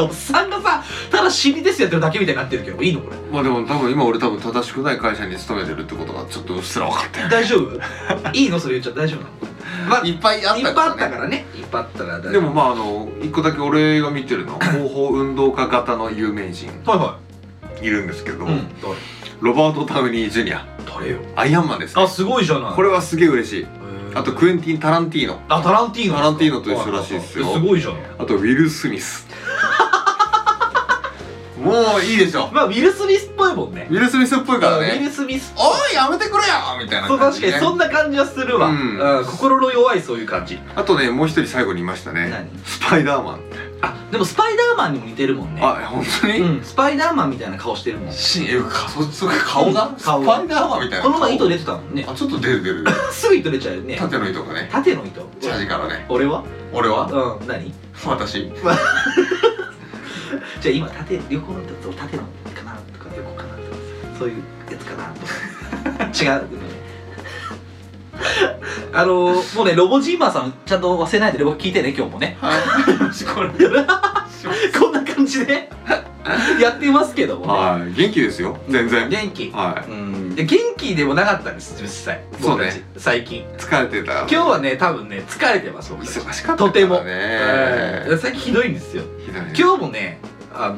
おっさんがさただ死にですやってるだけみたいになってるけどいいのこれまあでも多分今俺多分正しくない会社に勤めてるってことがちょっとうっすら分かったよ大丈 <laughs> 夫いいのそれ言っちゃ大丈夫なのまあいっいっぱいあぱっいたあったからねいっぱいあったから大丈夫でもまああの一個だけ俺が見てるの <coughs> は広報運動家型の有名人はいはいるんですけど、うん誰ロバート・タウニー・ジュニア誰よアイアンマンです、あね、すごいじゃないこれはすげえ嬉しいへーあとクエンティン・タランティーノあタランティーノですかタランティーノと一緒らしいっすよはははえすごいじゃんあとウィル・スミ <laughs> スもういいでしょまあウィル・スミスっぽいもんねウィル・スミスっぽいからウィねル・スミスおいやめてくれよみたいなそう感確かじ、ね、にそんな感じはするわ、うんうん心の弱いそういう感じあとねもう一人最後にいましたね何スパイダーマン、あでもスパイダーマンにも似てるもんねあ本当に、うんスパイダーマンみたいな顔してるもんこシーンえかそそれ顔が顔スパイダーマンみたいなの前糸出てたもんねあちょっと出る出るすぐ糸出ちゃうよね縦の糸がね縦の糸チャージからね俺は俺は <laughs> うん何私じゃあ今縦横の糸と縦の糸かなとか横かなとかそういうやつかなとか違うごめんねあのー、もうねロボジーマーさんちゃんと忘れないでロボ聞いてね今日もねはいこれこんな感じでやってますけどもね、はい元気ですよ全然元気はうんで元気でもなかったんです実際そう僕ねたち最近い疲れてた今日はね多分ね疲れてます僕たち忙しかったからねとてもね最近ひどいんですよひどいね今日もねあの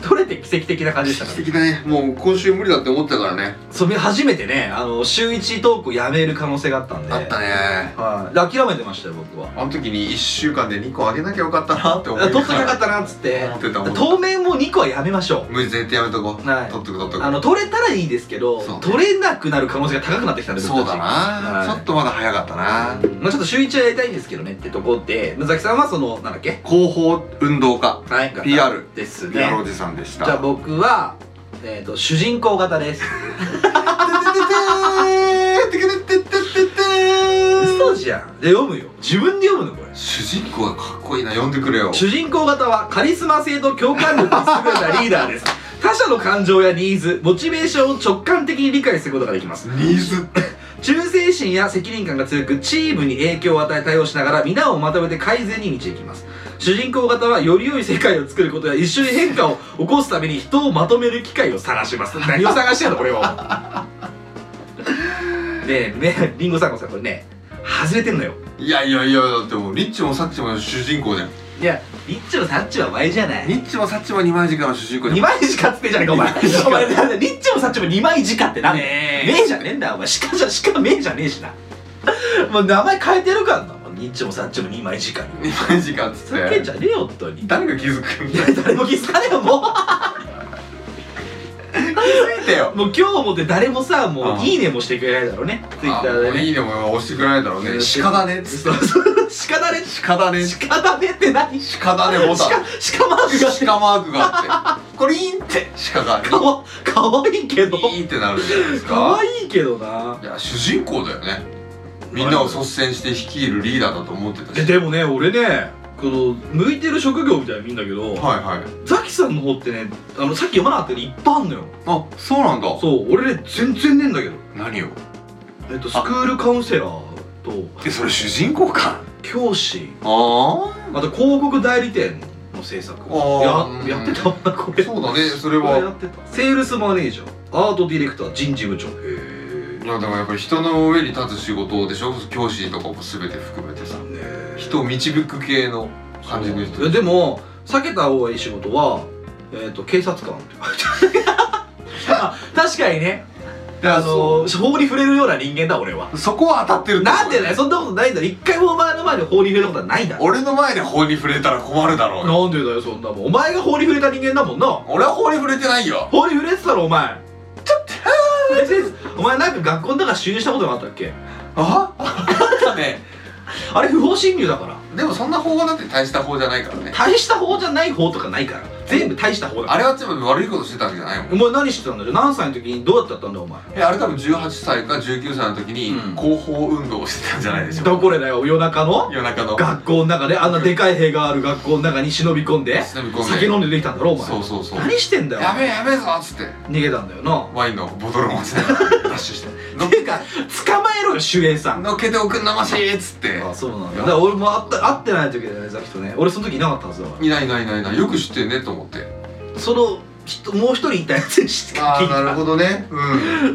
取れて奇跡的な感じでしたか奇ら跡だねもう今週無理だって思ってたからねそう初めてねあの週一トークをやめる可能性があったんであったねはいで諦めてましたよ僕はあの時に1週間で2個あげなきゃよかったなって思取っときゃよかったたなっつって思ってた思ってた当面もう2個はやめましょ無理絶対やめとこううはい取っとく取っとあの取れたらいいですけど、そうね取れなくなる可能性が高くなってきたんくでそうだはないちょっとまだ早かったな僕たちまあちょっと週一はやりたいんですけどねってとこで野崎さんはそのなんだっけ広報運動家はい PR ですねリアルおじさんでしたじゃあ僕は、えー、と主人公型です嘘じゃんで読むよ自分で読むのこれ主人公がかっこいいな呼んでくれよ主人公型はカリスマ性と共感力に優れたリーダーです他者の感情やニーズモチベーションを直感的に理解することができますニーズ忠誠心や責任感が強くチームに影響を与え対応しながら皆をまとめて改善に導きます主人公型はより良い世界を作ることや一緒に変化を起こすために人をまとめる機会を探します何を探してんのこれをねえねりんごさんこさんこれね外れてんのよいやいやいやだってもうリッチもサッチも主人公じゃんいやリッチもサッチは前じゃないリッチもサッチも二枚舌の主人公じ2ゃん枚しかつってんじゃねえかお前お前なんだリッチもサッチも2枚かってなんだよねえ目じゃねえんだよお前しかじゃしか目じゃねえしなもう名前変えてるからなニッチもサッチも2枚時間に2枚時間っつっふざけんてじゃねえよ本当に誰が気づくんだよ誰も気づかねえよも気づいてようもう今日もって誰もさもうああいいねもしてくれないだろうねツイッターであもうねいいねも押してくれないだろうね鹿だねっつってそうそう鹿だね鹿だね鹿だねって何鹿鹿だねボタン鹿マークが鹿マークがあってコリンって鹿がかわかわいいけどコリンってなるじゃないですかわかいいけどないや主人公だよねみんなを率先して率いるリーダーだと思ってたしえでもね俺ねこの向いてる職業みたいなの見んだけど、はいはいザキさんの方ってねあのさっき読まなかったけどいっぱいあんのよあそうなんだそう俺ね全然ねえんだけど何をえっとスクールカウンセラーとえそれ主人公か教師あああと広告代理店の制作あーややってたもんなこれそうだねそれこれやはってたセールスマネージャーアートディレクター人事部長へえいやでもやっぱり人の上に立つ仕事でしょ教師とかも全て含めてさ人を導く系の感じの人いやでも避けた方がいい仕事は、えー、と警察官って書いて <laughs> ある確かにねあの法に触れるような人間だ俺はそこは当たってるってことなんでねそんなことないんだろ一回もお前の前で法に触れたことはないんだろ俺の前で法に触れたら困るだろうよなんでだよそんなもんお前が法に触れた人間だもんな俺は法に触れてないよ法に触れてたろお前ちょっと先生お前なんか学校の中収入したことなかったっけああねあれ不法侵入だからでもそんな法はだって大した法じゃないからね大した法じゃない法とかないから全部大した法だかあられは全部悪いことしてたわけじゃないもんお前何してたんだよ何歳の時にどうやってやったんだよお前えあれ多分18歳か19歳の時にうん広報運動をしてたんじゃないでしょうかどこでだよ夜中の夜中の学校の中であんなでかい塀がある学校の中に忍び込んで忍び込んで酒飲んでできたんだろお前そうそうそう何してんだよやべえやべえぞっつって逃げたんだよなワインのボトルを持ちながらダッシュしてのっていうか捕まえろよ守衛さんのっけておくんなましっつってあそうなんだだから俺も会った会ってない時だよねザキとね俺その時いなかったはずだわいないいないいないいないよく知ってんねと思ってその人もう一人いたやつにして <laughs> あ聞あいたなるほどねう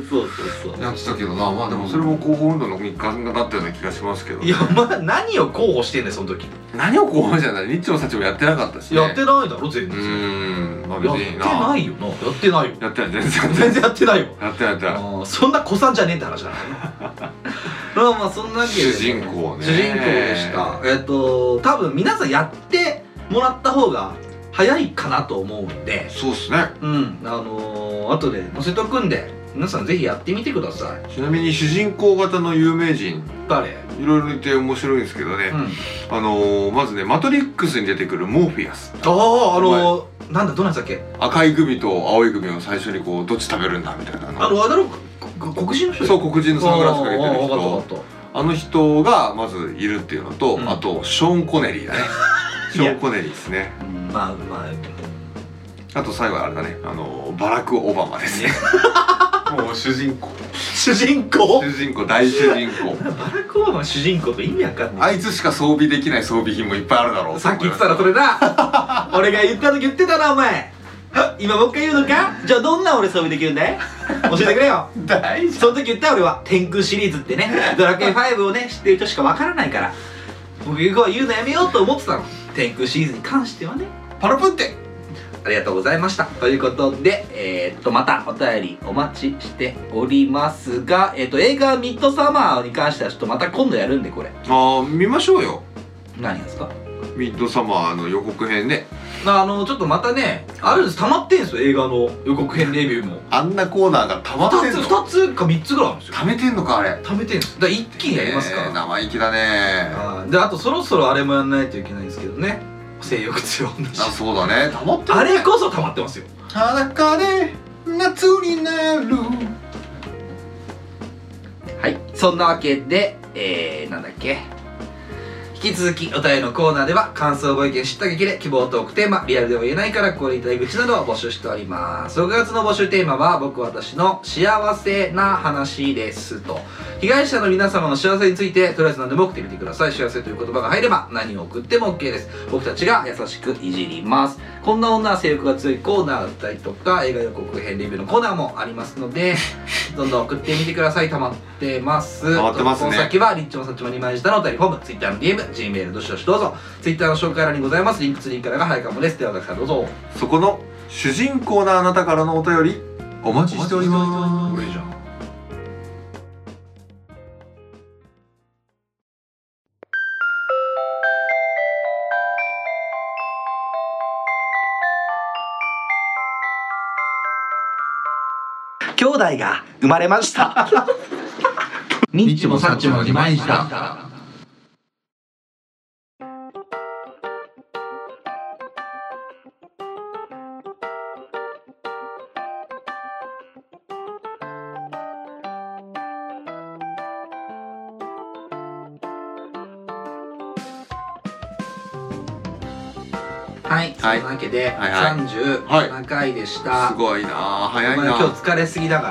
そうそうそんやってたけどなまあでもそれも広報運動の一環だったような気がしますけどういやお前何を候補してんねんその時何を広報じゃないニッチもサチもやってなかったしねやってないだろ全う然ーんまあ別やっにてなないよなやってないよやってない全然やってない全然やってないよやってないやってないあーそんな子さんじゃねえって話だな <laughs> まあまあそんなわけで主人公ね主人公でしたえっと多分皆さんやってもらった方が早いかなと思うんでそうっすねうんあのー、後で載せとくんで皆さんぜひやってみてくださいちなみに主人公型の有名人誰いろいろいて面白いんですけどね、うんあのー、まずね「マトリックス」に出てくるモーフィアスあああのー、なんだどんなやつだっけ赤いグミと青いグミを最初にこうどっち食べるんだみたいなあののあれだろこ黒人の人そう黒人のサングラスかけてるあーあーわ人かったわかっあの人がまずいるっていうのと、うんあとショーン・コネリー <laughs> だねショーン・コネリーですねたうんまあまああと最後はあれだねあのーバラク・オバ <laughs> マですねもう主人公 <laughs> 主人公 <laughs> 主人公大主人公バラクオバマ主人公と意味わかんないあいつしか装備できない装備品もいっぱいあるだろうさっき言ってたらそれな <laughs> 俺が言った時言ってたなお前今もう一回言うのかじゃあどんな俺装備できるん <laughs> だい教えてくれよ大その時言った俺は天空シリーズってねドラクエ5をね知ってる人しかわからないから僕が言うのやめようと思ってたの天空シリーズに関してはねパラプンテありがとうございましたということでえー、っとまたお便りお待ちしておりますがえーっと映画ミッドサマーに関してはちょっとまた今度やるんでこれああ見ましょうよ何ですかミッドサマーの予告編であのちょっとまたねあるんです溜まってんすよ映画の予告編レビューもあんなコーナーが溜まって2んつの二つか3つぐらいあるんですよ溜めてんのかあれ溜めてんすだから一気にやりますかえーら、生意気だねああーであとそろそろあれもやんないといけないんですけどね性欲強い女子そうだね溜まってるねあれこそ溜まってますよ裸で夏になるはいそんなわけでえー、なんだっけ引き続きお便りのコーナーでは感想ご意見知った激励希望トークテーマリアルでは言えないからこれいただき口などを募集しております6月の募集テーマは僕私の幸せな話ですと被害者の皆様の幸せについてとりあえず何でも送ってみてください幸せという言葉が入れば何を送っても OK です僕たちが優しくいじりますこんな女は性欲が強いコーナーだったりとか映画予告編レビューのコーナーもありますの <laughs> でどんどん送ってみてください溜まってます溜まってますね投稿先はリッチもサッチも2枚下のお便りフォーム Twitter の DMG メールどしどしどうぞ Twitter の紹介欄にございますリンクツリーからが早いかもですではたくさんどうぞそこの主人公なあなたからのお便りお待ちしております俺じゃん兄弟が生まれました。ニッチもサッチも二枚舌。はい、はいそんなわけではいはい37回でした、すごいなあ早いお前今日な疲れすぎだか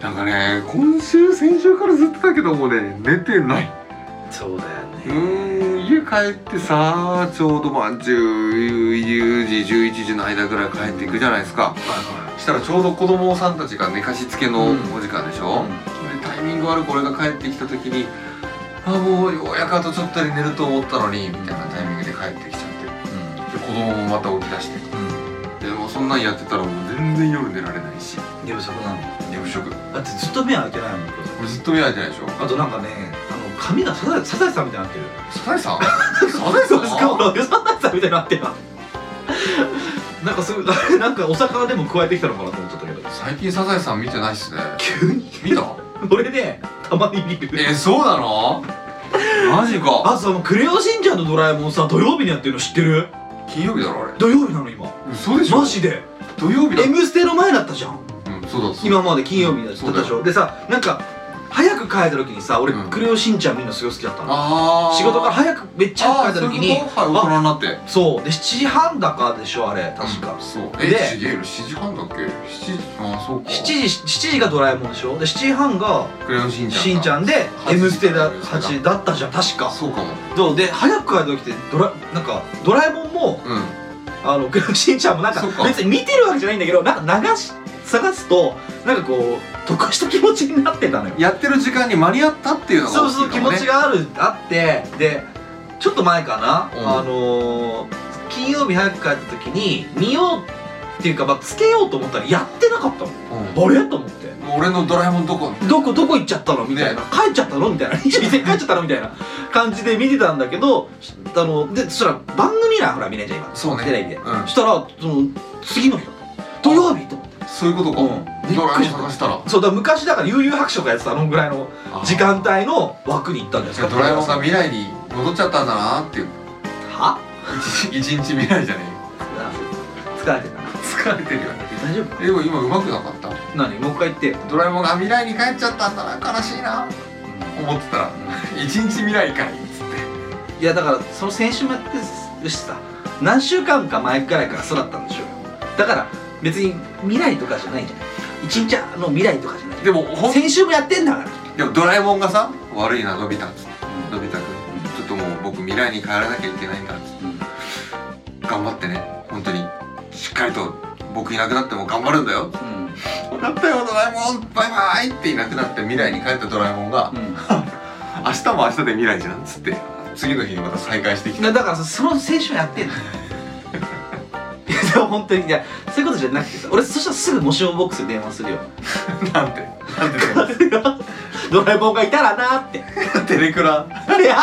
らななんかね今週先週からずっとだけどもね寝てないそうだようーん家帰ってさちょうどまあ10時11時の間ぐらい帰っていくじゃないですかしたらちょうど子供さんたちが寝かしつけのお時間でしょ、でタイミング悪く俺が帰ってきた時にあもうようやくあとちょっとで寝ると思ったのにみたいなタイミングで帰ってきちゃってで子供もまた起き出して、でもうそんなんやってたらもう全然夜寝られないし寝不足なの夜食だってずっと目開いてないもん黒田俺ずっと見られてないでしょあとなんかねあの髪がサザエサザエさんみたいになってるサザエさん <laughs> サザエさんしかもサザエさんみたいになってるな <laughs> なんかすごい <laughs> なんかお魚でも加えてきたのかなと思っちゃったけど最近サザエさん見てないっすね急に見た俺ねたまに見るえそうなのマジかあとさ「クレヨンしんちゃんとドラえもん」さ土曜日にやってるの知ってる金曜日だろあれ土曜日なの今嘘でしょマジで土曜「日だ M ステ」の前だったじゃんうんそうだそうだ今まで金曜日だっそうただでよしょでさなんか早く帰った時にさ俺うん「クレヨンしんちゃん」見るのすごい好きだったのあー仕事から早くめっちゃあ早ーく帰っそうた時にいうことはい大人になってそうで7時半だかでしょあれ確かうんそうでえ違えよ7時半だっけ7時あーそうか7時7時がドラえもんでしょで7時半がクレヨンしんちゃんしんちゃんで「 8 M ステ」だ時8だったじゃん確かそうかもどうで早く帰ってきてドラなんかドラえもんもうんあの <laughs> クレヨンしんちゃんもなんかそっか別に見てるわけじゃないんだけどなんか流し探すとなんかこう得した気持ちになってたのよやってる時間に間に合ったっていうのがそ大うきいそう気かも持ねちがあるあってでちょっと前かな、うんあのー金曜日早く帰った時に見ようっていうか、まあ、つけようと思ったらやってなかったのうんあれと思ってもう俺のドラえもんどこどこどこ行っちゃったのみたいな、帰っちゃったのみたいな <laughs> 店帰っちゃったのみたいな感じで見てたんだけどあのでそしたら番組欄ほら見れんじゃん今そうねテレビで、うんそしたらその次の日だった土曜日と思ってそういうことか、うんびっドラえくもんりした探したらそうだから昔だから悠々白書がやってたあのぐらいの時間あ帯の枠に行ったんじゃないでーすじゃかあドラえもんが未来に戻っちゃったんだなっていうは一日一日未来じゃね疲れてたえよ疲れてるよね大丈夫でも今うまくなかった何もう一回言ってドラえもんが未来に帰っちゃったんだな悲しいな思ってたら一日未来かいっつっていやだからその先週もやってるしさ何週間か前くらいからそうだったんでしょうよだから別に未来とかじゃないじゃん一日の未来とかじゃないでもほん先週もやってんだからでもドラえもんがさ「悪いなのび太」っつって「のび太くんちょっともう僕未来に帰らなきゃいけないんだ」っつって「頑張ってね本当にしっかりと僕いなくなっても頑張るんだよ」分かったよドラえもんバイバイっていなくなって未来に帰ったドラえもんが、明日も明日で未来じゃんっつって次の日にまた再会してきいたやだからさその先週もやってんだよいやでも本当にいやそういうことじゃなくてさ俺そしたらすぐモシオボックスで電話するよなんてなんて言ってドラえもんがいたらなーってますテレクラいや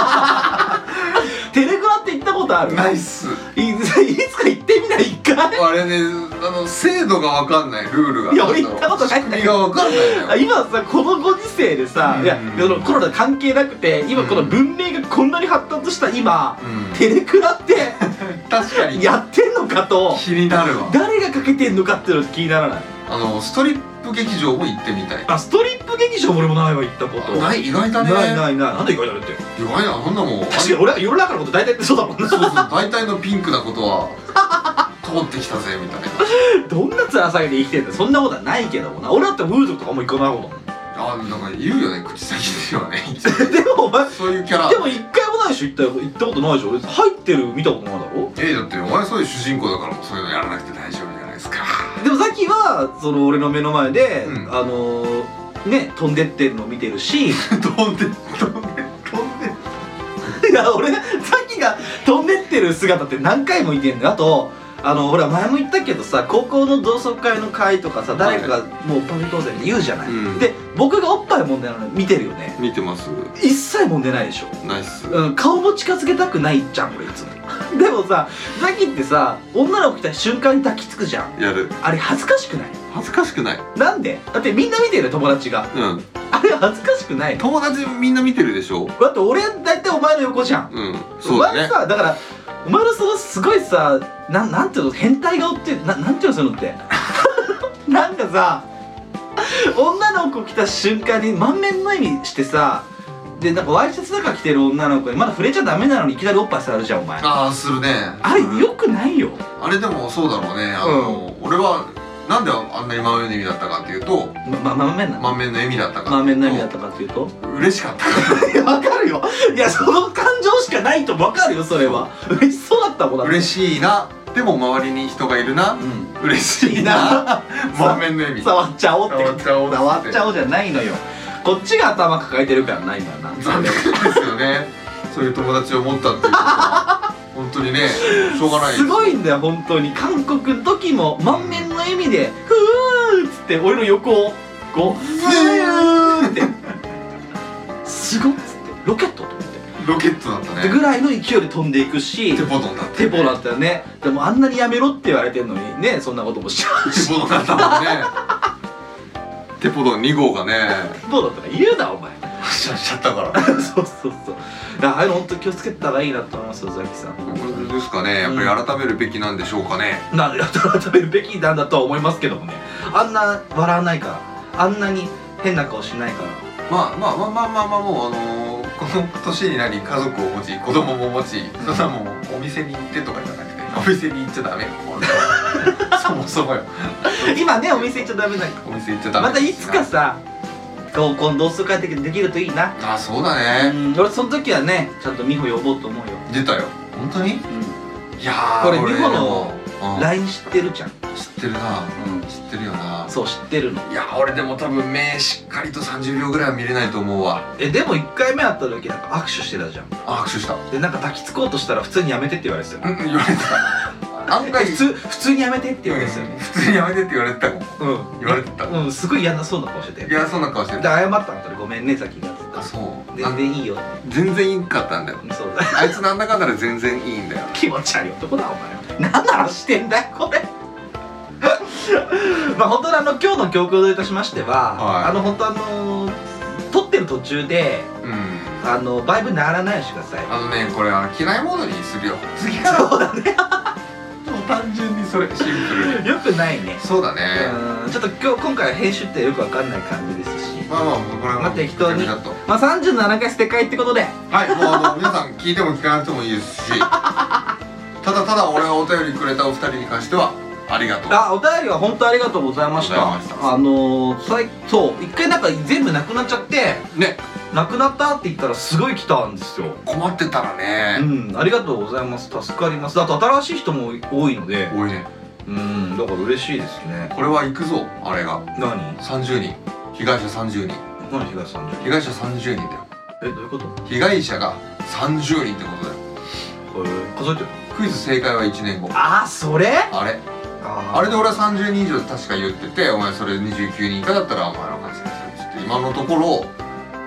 テレクラって行ったことあるナイスいいつか行ってみない一回あれねあの制度が分かんないルールがいや俺行ったことないんだけ仕組みがど分かんないのあよ今さこのご時世でさうんいやそのコロナ関係なくて今うんこの文明がこんなに発達した今うんテレクラって <laughs> 確かにやってんのかと気になるわ誰がかけてんのかっていうの気にならないあのストリップ劇場も行ってみたいあストリップ劇場俺もないわ行ったことない意外だねないないないなんで意外だねって意外だそんなもん確かに俺は世の中のこと大体ってそうだもんなそうそう大体のピンクなことは <laughs> 通ってきたぜみたいなどんな辛さげで生きてんだよそんなことはないけどもな俺だって風俗とかも行かないもんあなんか言うよね口先ではね <laughs> でもお前そういうキャラでも一回もないでしょ行った行ったことないでしょ俺入ってる見たことないだろえだってお前そういう主人公だからもうそういうのやらなくて大丈夫じゃないですか <laughs> でもさっきはその俺の目の前で、うんあのーね飛んでってるのを見てる <laughs> しい飛んで飛んで飛んでや俺さっきが飛んでってる姿って何回も見てんだよあとあのほら前も言ったけどさ高校の同窓会の会とかさ誰かがもうパフェ当選って言うじゃない、うんで僕がおっぱい揉んでるの見てるよね見てます一切揉んでないでしょナイスうん、顔も近づけたくないじゃん俺いつも <laughs> でもささっきってさ女の子来た瞬間に抱きつくじゃんやるあれ恥ずかしくない恥ずかしくないなんでだってみんな見てる友達がうんあれ恥ずかしくないの友達みんな見てるでしょだって俺大体お前の横じゃんうんそうだお前ねさだからお前のそのすごいさなんなんていうの変態顔ってななんていうのそういうのって <laughs> なんかさ女の子来た瞬間に満面の笑みしてさでなんかワイシャツなんか着てる女の子にまだ触れちゃダメなのにいきなりおっぱい触るじゃんお前ああするねあれうんよくないよあれでもそうだろうねあの、俺はなんであんなに満面の意味だったかっていうとま、ま、満面な満面の笑みだったか満面の笑みだったたかっていうと嬉しかっ <laughs> たいやわかるよいやその感情しかないとわかるよそれは嬉しそうだったも <laughs> んだって嬉しいなでも周りに人がいるなうん嬉しい <laughs> な満面の笑み触っちゃおうって触っちゃおう触っちゃおうおうじゃないのよこっちが頭抱えてるからないんだな残念ですよねそういう友達を持ったっていうのは本当にねしょうがないすごいんだよ本当に韓国の時も満面の笑みで「ふー」っつって俺の横をこう「ふー」ってすごっつってロケットと思ってロケットだったでねぐらいの勢いで飛んでいくしテボドンだったテボだったよねでもあんなにやめろって言われてんのにねそんなこともしちゃうテボドンだったもんねテボドン2号がねテボだったら言うなお前 <laughs> 発射しちゃったからそうそうそういやああいうの本当気をつけた方がいいなと思いますよザキさんこれですかねやっぱり改めるべきなんでしょうかね、な <laughs> やたら食べるべきなんだとは思いますけどもねあんな笑わないからあんなに変な顔しないからまあまあまあまあまあまあもうあのー、この年になり家族を持ち子供も持ちそんなもうお店に行ってとかじゃなくてお店に行っちゃダ <laughs> メよもうそもそもよ今ねお店行っちゃダメだけどお店行っちゃダメまたいつかさ合コン同窓会的にできるといいなあそうだうねん俺その時はねちゃんと美穂呼ぼうと思うよ、出たよ本当にいやーこれ俺美穂のうん LINE 知ってるじゃん、知ってるな知ってるよなそう知ってるのいやー俺でも多分目しっかりと30秒ぐらいは見れないと思うわえでも1回目会った時なんか握手してたじゃんあ握手したでなんか抱きつこうとしたら普通にやめてって言われてたようん言われて <laughs> た案外普通普通にやめてって言われてたよね普通にやめてって言われてたもんうん言われてたうん、すごい嫌なそうな顔してたよいやそんな顔してでる謝ったのそれごめんねザキがつったあそう全なん然いいよ全然いいかったんだよそうだあいつなんだかんだで全然いいんだよ気持ち悪い男だお前何なのしてんだよこれ <laughs> まあ本当にあの今日の教訓といたしましては、はいあの本当あの撮ってる途中でうんあのバイブならないようにしてくださいあのねこれあの機内モードにするよ次からそうだね <laughs> もう単純にそれシンプルによくないねそうだねうんちょっと今日今回は編集ってよくわかんない感じですしまあまあもうこれはもうまあ適当にちょっとまあ37回捨て替えってことではいもうあの皆さん聞いても聞かなくてもいいですしただただ俺がお便りくれたお二人に関してはありがとうあお便りは本当ありがとうございましあたりがとうございましたあのーさいそう一回なんか全部なくなっちゃってねなくなったって言ったらすごい来たんですよ困ってたらうね、ん、ありがとうございます。助かります。あと新しい人も多いので、多いねうん、だから嬉しいですね。これは行くぞあれが何？ 30人被害者30人何東さん被害者30人だよえ、どういうこと？こ被害者が30人ってことだよれ数えてる。クイズ正解は1年後ああ、それ？あれああれで俺は30人以上確か言っててお前それ29人以下だったらお前の勝ちですよっつって今のところ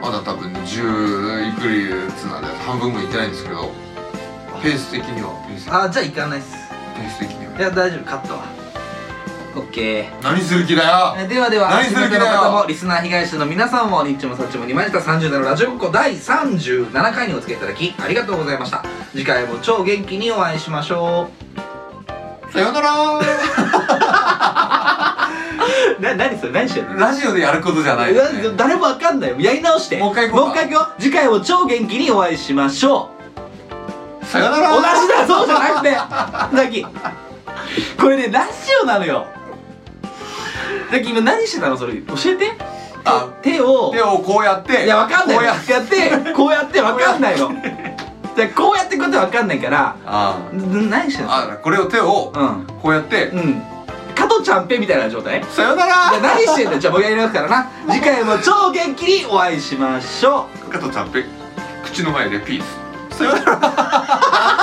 まだ多分10いくつなんで半分もいってないんですけどペース的にはペースあーじゃあ行かないっす。ペース的にいはや大丈夫、勝ったわ。オッケー。何する気だよえではでは、何する気だよ初めての方もリスナー被害者の皆さんも、ニッチもサッチもにまじた30代のラジオごっこ第37回にお付き合いいただき、ありがとうございました。次回も超元気にお会いしましょさよならう。 <laughs> な、何それ何してんラジオでやることじゃないですねうわ誰もわかんないよやり直してもう一回行こうかもう一回行こう次回も超元気にお会いしましょうさよな同らじだそうじゃな <laughs> くてザキこれねラジオなのよザキ今何してたのそれ教えてあ手を手をこうやっていやわかんないこのうややってこうやってわかんないのでこうやってこうやってわかんないからあん何してたのあこれを手をうんこうやってうん加藤ちゃんぺみたいな状態さよなじらゃあ何してんだよじゃあもうやりますからな次回も超元気にお会いしましょう加藤ちゃんぺ口の前でピースさよなら <laughs>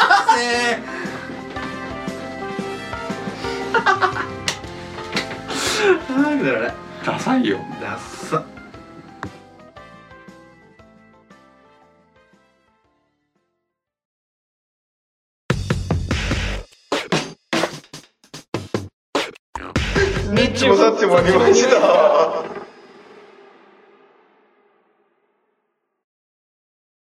なんだろうねダサいよダッサ日もさっちもありました